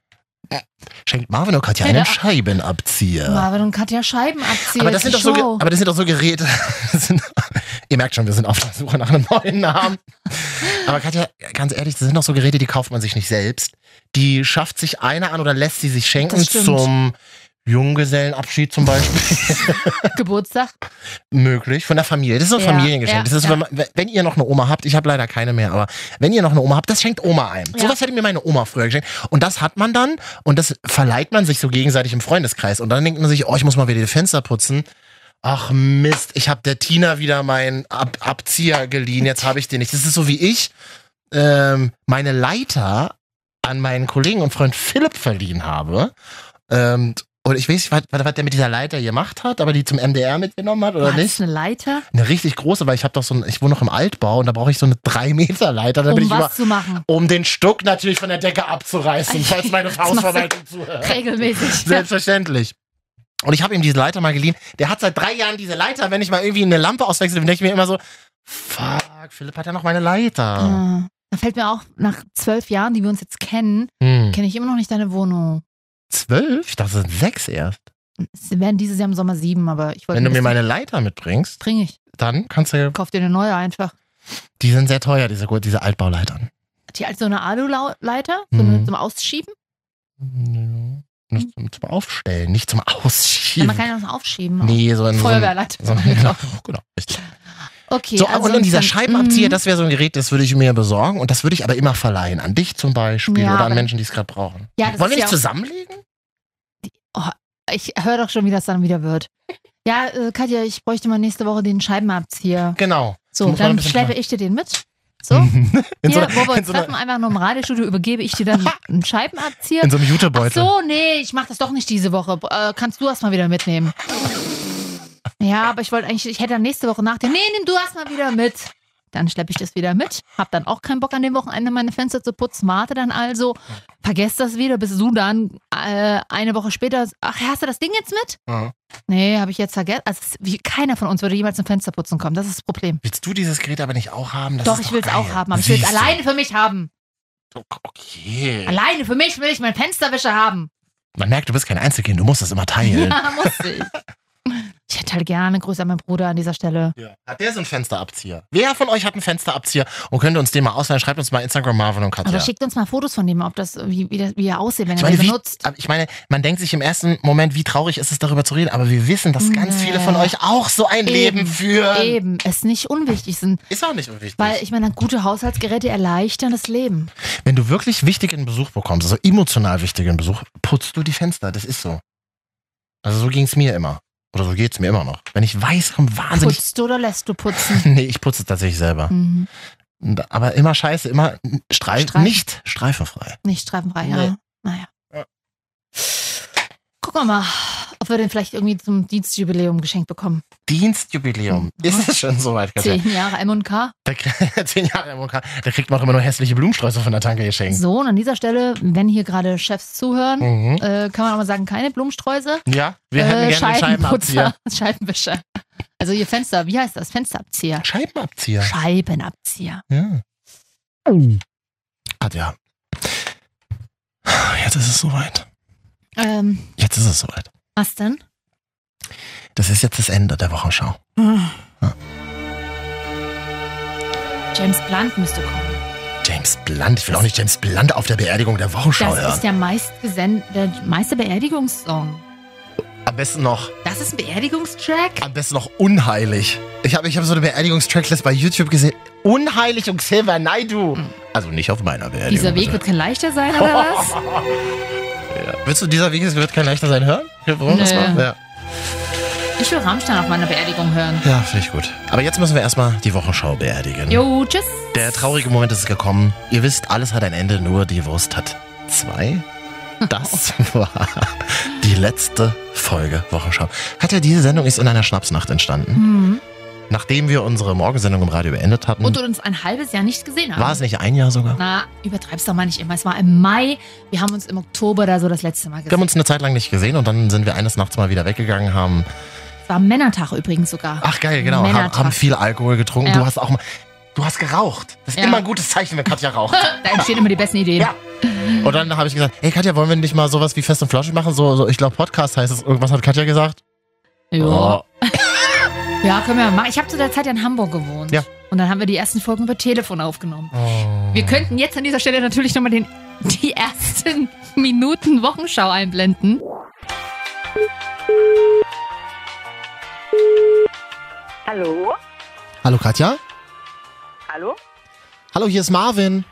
Schenkt Marvin und Katja
Ja,
einen
da-
Scheibenabzieher.
Marvin und Katja Scheiben
Ah.
abziehen.
Aber das, sind doch so, Ge- aber das sind doch so Geräte. Das sind, ihr merkt schon, wir sind auf der Suche nach einem neuen Namen. Aber Katja, ganz ehrlich, das sind doch so Geräte, die kauft man sich nicht selbst. Die schafft sich eine an oder lässt sie sich schenken
Das stimmt.
zum Junggesellenabschied zum Beispiel.
Geburtstag.
Möglich, von der Familie. Das ist so ein
Ja,
Familiengeschenk.
ja,
das ist,
ja.
wenn, man- wenn ihr noch eine Oma habt, ich habe leider keine mehr, aber wenn ihr noch eine Oma habt, das schenkt Oma einem.
Ja.
Sowas hätte mir meine Oma früher geschenkt. Und das hat man dann und das verleiht man sich so gegenseitig im Freundeskreis. Und dann denkt man sich, oh, ich muss mal wieder die Fenster putzen. Ach Mist, ich habe der Tina wieder meinen Ab Abzieher geliehen, jetzt habe ich den nicht. Das ist so wie ich ähm, meine Leiter an meinen Kollegen und Freund Philipp verliehen habe. Ähm, und ich weiß nicht, was, was der mit dieser Leiter gemacht hat, aber die zum MDR mitgenommen hat oder
War
nicht.
das eine Leiter,
Eine richtig große, weil ich habe doch so ein, ich wohne noch im Altbau und da brauche ich so eine 3 Meter Leiter, damit
um
ich über,
was zu machen.
um den Stuck natürlich von der Decke abzureißen, falls meine
Das machst du
Hausverwaltung zuhört.
Regelmäßig.
Selbstverständlich. Und ich habe ihm diese Leiter mal geliehen. Der hat seit drei Jahren diese Leiter. Wenn ich mal irgendwie eine Lampe auswechsel, dann denke ich mir immer so, fuck, Philipp hat ja noch meine Leiter.
Ah. Da fällt mir auch, nach zwölf Jahren, die wir uns jetzt kennen,
Hm.
kenne ich immer noch nicht deine Wohnung.
Zwölf? Ich dachte, das sind sechs erst.
Es werden dieses Jahr im Sommer sieben, aber ich wollte
Wenn du mir
wissen,
meine Leiter mitbringst,
bring ich.
dann kannst du,
Kauf dir eine neue einfach.
die sind sehr teuer, diese, diese Altbauleitern.
Die als so eine Alu-Leiter, so
Mhm.
eine zum Ausschieben.
Nicht zum, zum Aufstellen, nicht zum
Ja,
Ausschieben.
man kann ja noch aufschieben. auch.
nee, so in so einem-
Feuerwehrleiter.
so, ein- genau, genau. richtig.
Okay,
so,
also
und, und dieser
dann-
Scheibenabzieher,
Mhm.
das wäre so ein Gerät, das würde ich mir besorgen und das würde ich aber immer verleihen. An dich zum Beispiel
Ja,
oder an
aber-
Menschen, die es gerade brauchen.
Ja, das
Wollen wir nicht
ist ja auch-
zusammenlegen?
Ich höre doch schon, wie das dann wieder wird. Ja, äh, Katja, ich bräuchte mal nächste Woche den Scheibenabzieher.
Genau.
So,
Muss man ein
dann
bisschen
schleppe
planen.
ich dir den mit. So,
in,
hier,
so einer,
wo wir
in,
uns
so
treffen,
einer,
einfach nur im Radiostudio, übergebe ich dir dann einen Scheibenabzieher.
in so einem
Ach
Jutebeutel.
so, nee, ich mache das doch nicht diese Woche. Äh, kannst du erst mal wieder mitnehmen? Ja, aber ich wollte eigentlich, ich hätte dann nächste Woche nach dir. Nee, nimm du erst mal wieder mit. Dann schleppe ich das wieder mit. Hab dann auch keinen Bock an dem Wochenende meine Fenster zu putzen. Warte dann also, vergesst das wieder, bis du dann äh, eine Woche später. Ach, hast du das Ding jetzt mit?
Ja.
Nee, habe ich jetzt vergessen. Also, es ist wie, keiner von uns würde jemals zum Fensterputzen kommen. Das ist das Problem.
Willst du dieses Gerät aber nicht auch haben? Das
doch,
ist
ich will es
geil.
auch haben, aber ich will es
Siehst du.
alleine für mich haben.
Okay.
Alleine für mich will ich meinen Fensterwischer haben.
Man merkt, du bist kein Einzelkind, du musst das immer teilen.
Ja, muss ich. Ich hätte halt gerne Grüße an meinen Bruder an dieser Stelle.
Ja. Hat der so einen Fensterabzieher? Wer von euch hat einen Fensterabzieher und könnte uns den mal ausleihen? Schreibt uns mal Instagram Marvin und
Aber
Katja.
Also schickt uns mal Fotos von dem, ob das, wie, wie, das, wie er aussieht, wenn
Ich
er
meine,
den
wie,
Äh, benutzt.
aber ich meine, man denkt sich im ersten Moment, wie traurig ist es, darüber zu reden, aber wir wissen, dass ganz
Nee.
viele von euch auch so ein
Eben.
Leben führen.
Eben, es nicht unwichtig sind,
Ist auch nicht unwichtig.
weil ich meine, gute Haushaltsgeräte erleichtern das Leben.
Wenn du wirklich wichtigen Besuch bekommst, also emotional wichtigen Besuch, putzt du die Fenster. Das ist so. Also so ging es mir immer. Oder so geht es mir immer noch. Wenn ich weiß, komm wahnsinnig.
Putzt du oder lässt du putzen?
Nee, ich putze tatsächlich selber.
Mhm.
Und- Aber immer scheiße, immer streif,
Streifen.
nicht streifenfrei.
Nicht streifenfrei,
Nee.
ja. Naja. Gucken wir mal, ob wir den vielleicht irgendwie zum Dienstjubiläum geschenkt bekommen.
Dienstjubiläum.
Mhm.
Ist es schon soweit, Katja?
Zehn Jahre M&K.
Da, krie- zehn Jahre MOK. Da kriegt man auch immer nur hässliche Blumensträuße von der Tanke geschenkt.
So, und an dieser Stelle, wenn hier gerade Chefs zuhören,
Mhm.
äh, kann man auch mal sagen, keine Blumensträuße.
Ja, wir hätten gerne einen Scheibenabzieher.
Äh, Scheibenputzer, Scheibenwischer. Also ihr Fenster, wie heißt das? Fensterabzieher.
Scheibenabzieher.
Scheibenabzieher.
Ja. Katja. Jetzt ist es soweit.
Ähm,
Jetzt ist es soweit.
was denn?
Das ist jetzt das Ende der Wochenschau.
James Blunt müsste kommen.
James Blunt. Ich will auch nicht James Blunt auf der Beerdigung der Wochenschau
Das
hören.
ist der meistgesend, der meiste Beerdigungssong.
Am besten noch,
Das ist ein Beerdigungstrack?
am besten noch unheilig. Ich habe ich hab so eine Beerdigungstracklist bei YouTube gesehen. Unheilig und Silver, nein du. Also nicht auf meiner Beerdigung.
Dieser Weg wird kein leichter sein, oder was?
Willst du dieser Weg, es wird kein leichter sein, hören? Wir wollen das
Nö.
machen? Ja.
Ich will Rammstein auf meiner Beerdigung hören.
ja, finde ich gut. Aber jetzt müssen wir erstmal die Wochenschau beerdigen.
Jo, tschüss.
Der traurige Moment ist gekommen. Ihr wisst, alles hat ein Ende, nur die Wurst hat zwei. Das war die letzte Folge Wochenschau. Katja, diese Sendung ist in einer Schnapsnacht entstanden.
Hm.
Nachdem wir unsere Morgensendung im Radio beendet hatten,
Und du uns ein halbes Jahr nicht gesehen haben.
war es nicht ein Jahr sogar?
Na, übertreib's doch mal nicht immer. Es war im Mai. Wir haben uns im Oktober da so das letzte Mal
Wir haben
gesehen.
uns eine Zeit lang nicht gesehen und dann sind wir eines Nachts mal wieder weggegangen, haben.
Es war Männertag übrigens sogar.
Ach geil, genau. Haben,
Männertag.
haben viel Alkohol getrunken.
Ja.
Du hast auch mal. Du hast geraucht. Das ist
Ja.
immer ein gutes Zeichen, wenn Katja raucht.
Da entstehen immer die besten Ideen.
Ja. und dann habe ich gesagt, hey Katja, wollen wir nicht mal sowas wie Fest und Flauschig machen? So, so ich glaube, Podcast heißt es. Irgendwas hat Katja gesagt.
Ja,
Oh.
ja können wir machen. Ich habe zu der Zeit ja in Hamburg gewohnt.
Ja.
Und dann haben wir die ersten Folgen über Telefon aufgenommen.
Oh.
Wir könnten jetzt an dieser Stelle natürlich nochmal den, die ersten Minuten Wochenschau einblenden.
Hallo?
Hallo Katja.
Hallo?
Hallo, hier ist Marvin.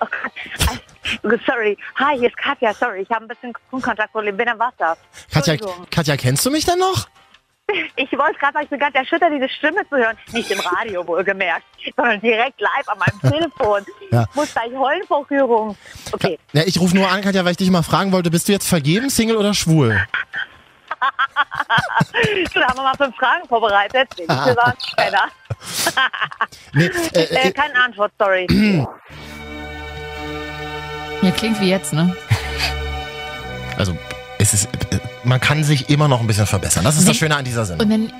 Oh Gott. Sorry. Hi, hier ist Katja. Sorry, ich habe ein bisschen Funkkontaktproblem. Bin am Wasser.
Katja,
Entschuldigung.
Katja, kennst du mich denn noch?
Ich wollte gerade sagen, ich bin ganz erschüttert, diese Stimme zu hören. Nicht im Radio wohlgemerkt, sondern direkt live an meinem Telefon.
Ja.
Ich muss gleich heulen vor Rührung. Okay.
Ja, ich rufe nur an, Katja, weil ich dich mal fragen wollte, bist du jetzt vergeben, Single oder schwul?
Da haben wir mal fünf Fragen vorbereitet. Ich
Ah.
gesagt, keiner.
Nee, äh,
Äh,
äh,
keine Antwort, sorry.
Ja, klingt wie jetzt, ne?
also es ist, äh, man kann sich immer noch ein bisschen verbessern. Das ist das
Nee.
Schöne an dieser
Und
Sendung.
wenn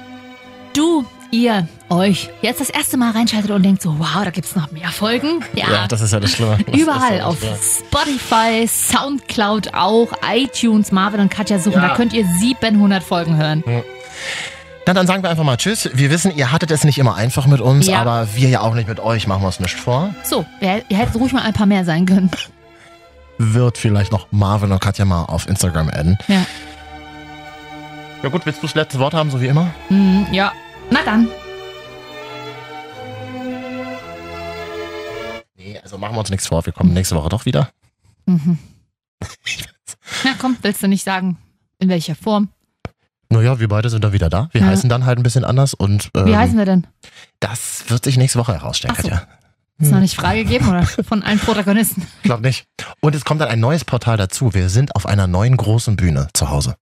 du, ihr, euch jetzt das erste Mal reinschaltet und denkt so, wow, da gibt's noch mehr Folgen. Ja,
das ist ja das Schlimme. Das
überall
ist ja das
auf
Schlimme.
Spotify, Soundcloud auch, iTunes, Marvin und Katja suchen. Da könnt ihr 700 Folgen hören.
Na, dann sagen wir einfach mal Tschüss. Wir wissen, ihr hattet es nicht immer einfach mit uns,
Ja.
aber wir ja auch nicht mit euch, machen wir es nicht vor.
So, ihr hättet ruhig mal ein paar mehr sein können.
Wird vielleicht noch Marvin und Katja mal auf Instagram adden.
Ja.
Ja gut, willst du das letzte Wort haben, so wie immer?
Hm, ja, na dann.
Nee, also machen wir uns nichts vor. Wir kommen nächste Woche doch wieder.
Mhm. Na komm, willst du nicht sagen, in welcher Form?
Naja, wir beide sind da wieder da. Wir
Ja.
heißen dann halt ein bisschen anders und ähm,
Wie heißen wir denn?
das wird sich nächste Woche herausstellen,
Ach so.
Katja.
Ist noch nicht freigegeben oder von allen Protagonisten?
Glaub nicht. Und es kommt dann ein neues Portal dazu. Wir sind auf einer neuen großen Bühne zu Hause.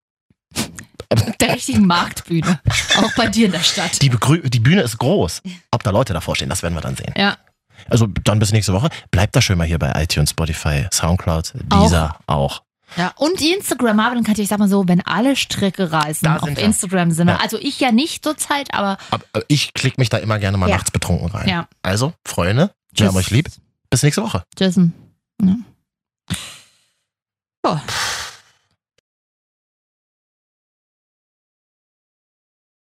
Der richtigen Marktbühne. Auch bei dir in der Stadt.
Die, Begrü die Bühne ist groß. Ob da Leute davor stehen, das werden wir dann sehen.
Ja.
Also dann bis nächste Woche. Bleibt da schön mal hier bei iTunes, Spotify, Soundcloud, Deezer auch.
Ja, und die Instagram, Marvin und Katja, ich sag mal so, wenn alle Stricke reißen,
Da
auf
sind wir.
Instagram sind wir.
Ja.
Also ich ja nicht zurzeit, aber
Aber äh, ich klicke mich da immer gerne mal
Ja.
nachts betrunken rein.
ja.
Also, Freunde, wir haben euch lieb. Bis nächste Woche.
Jason. Ja. So.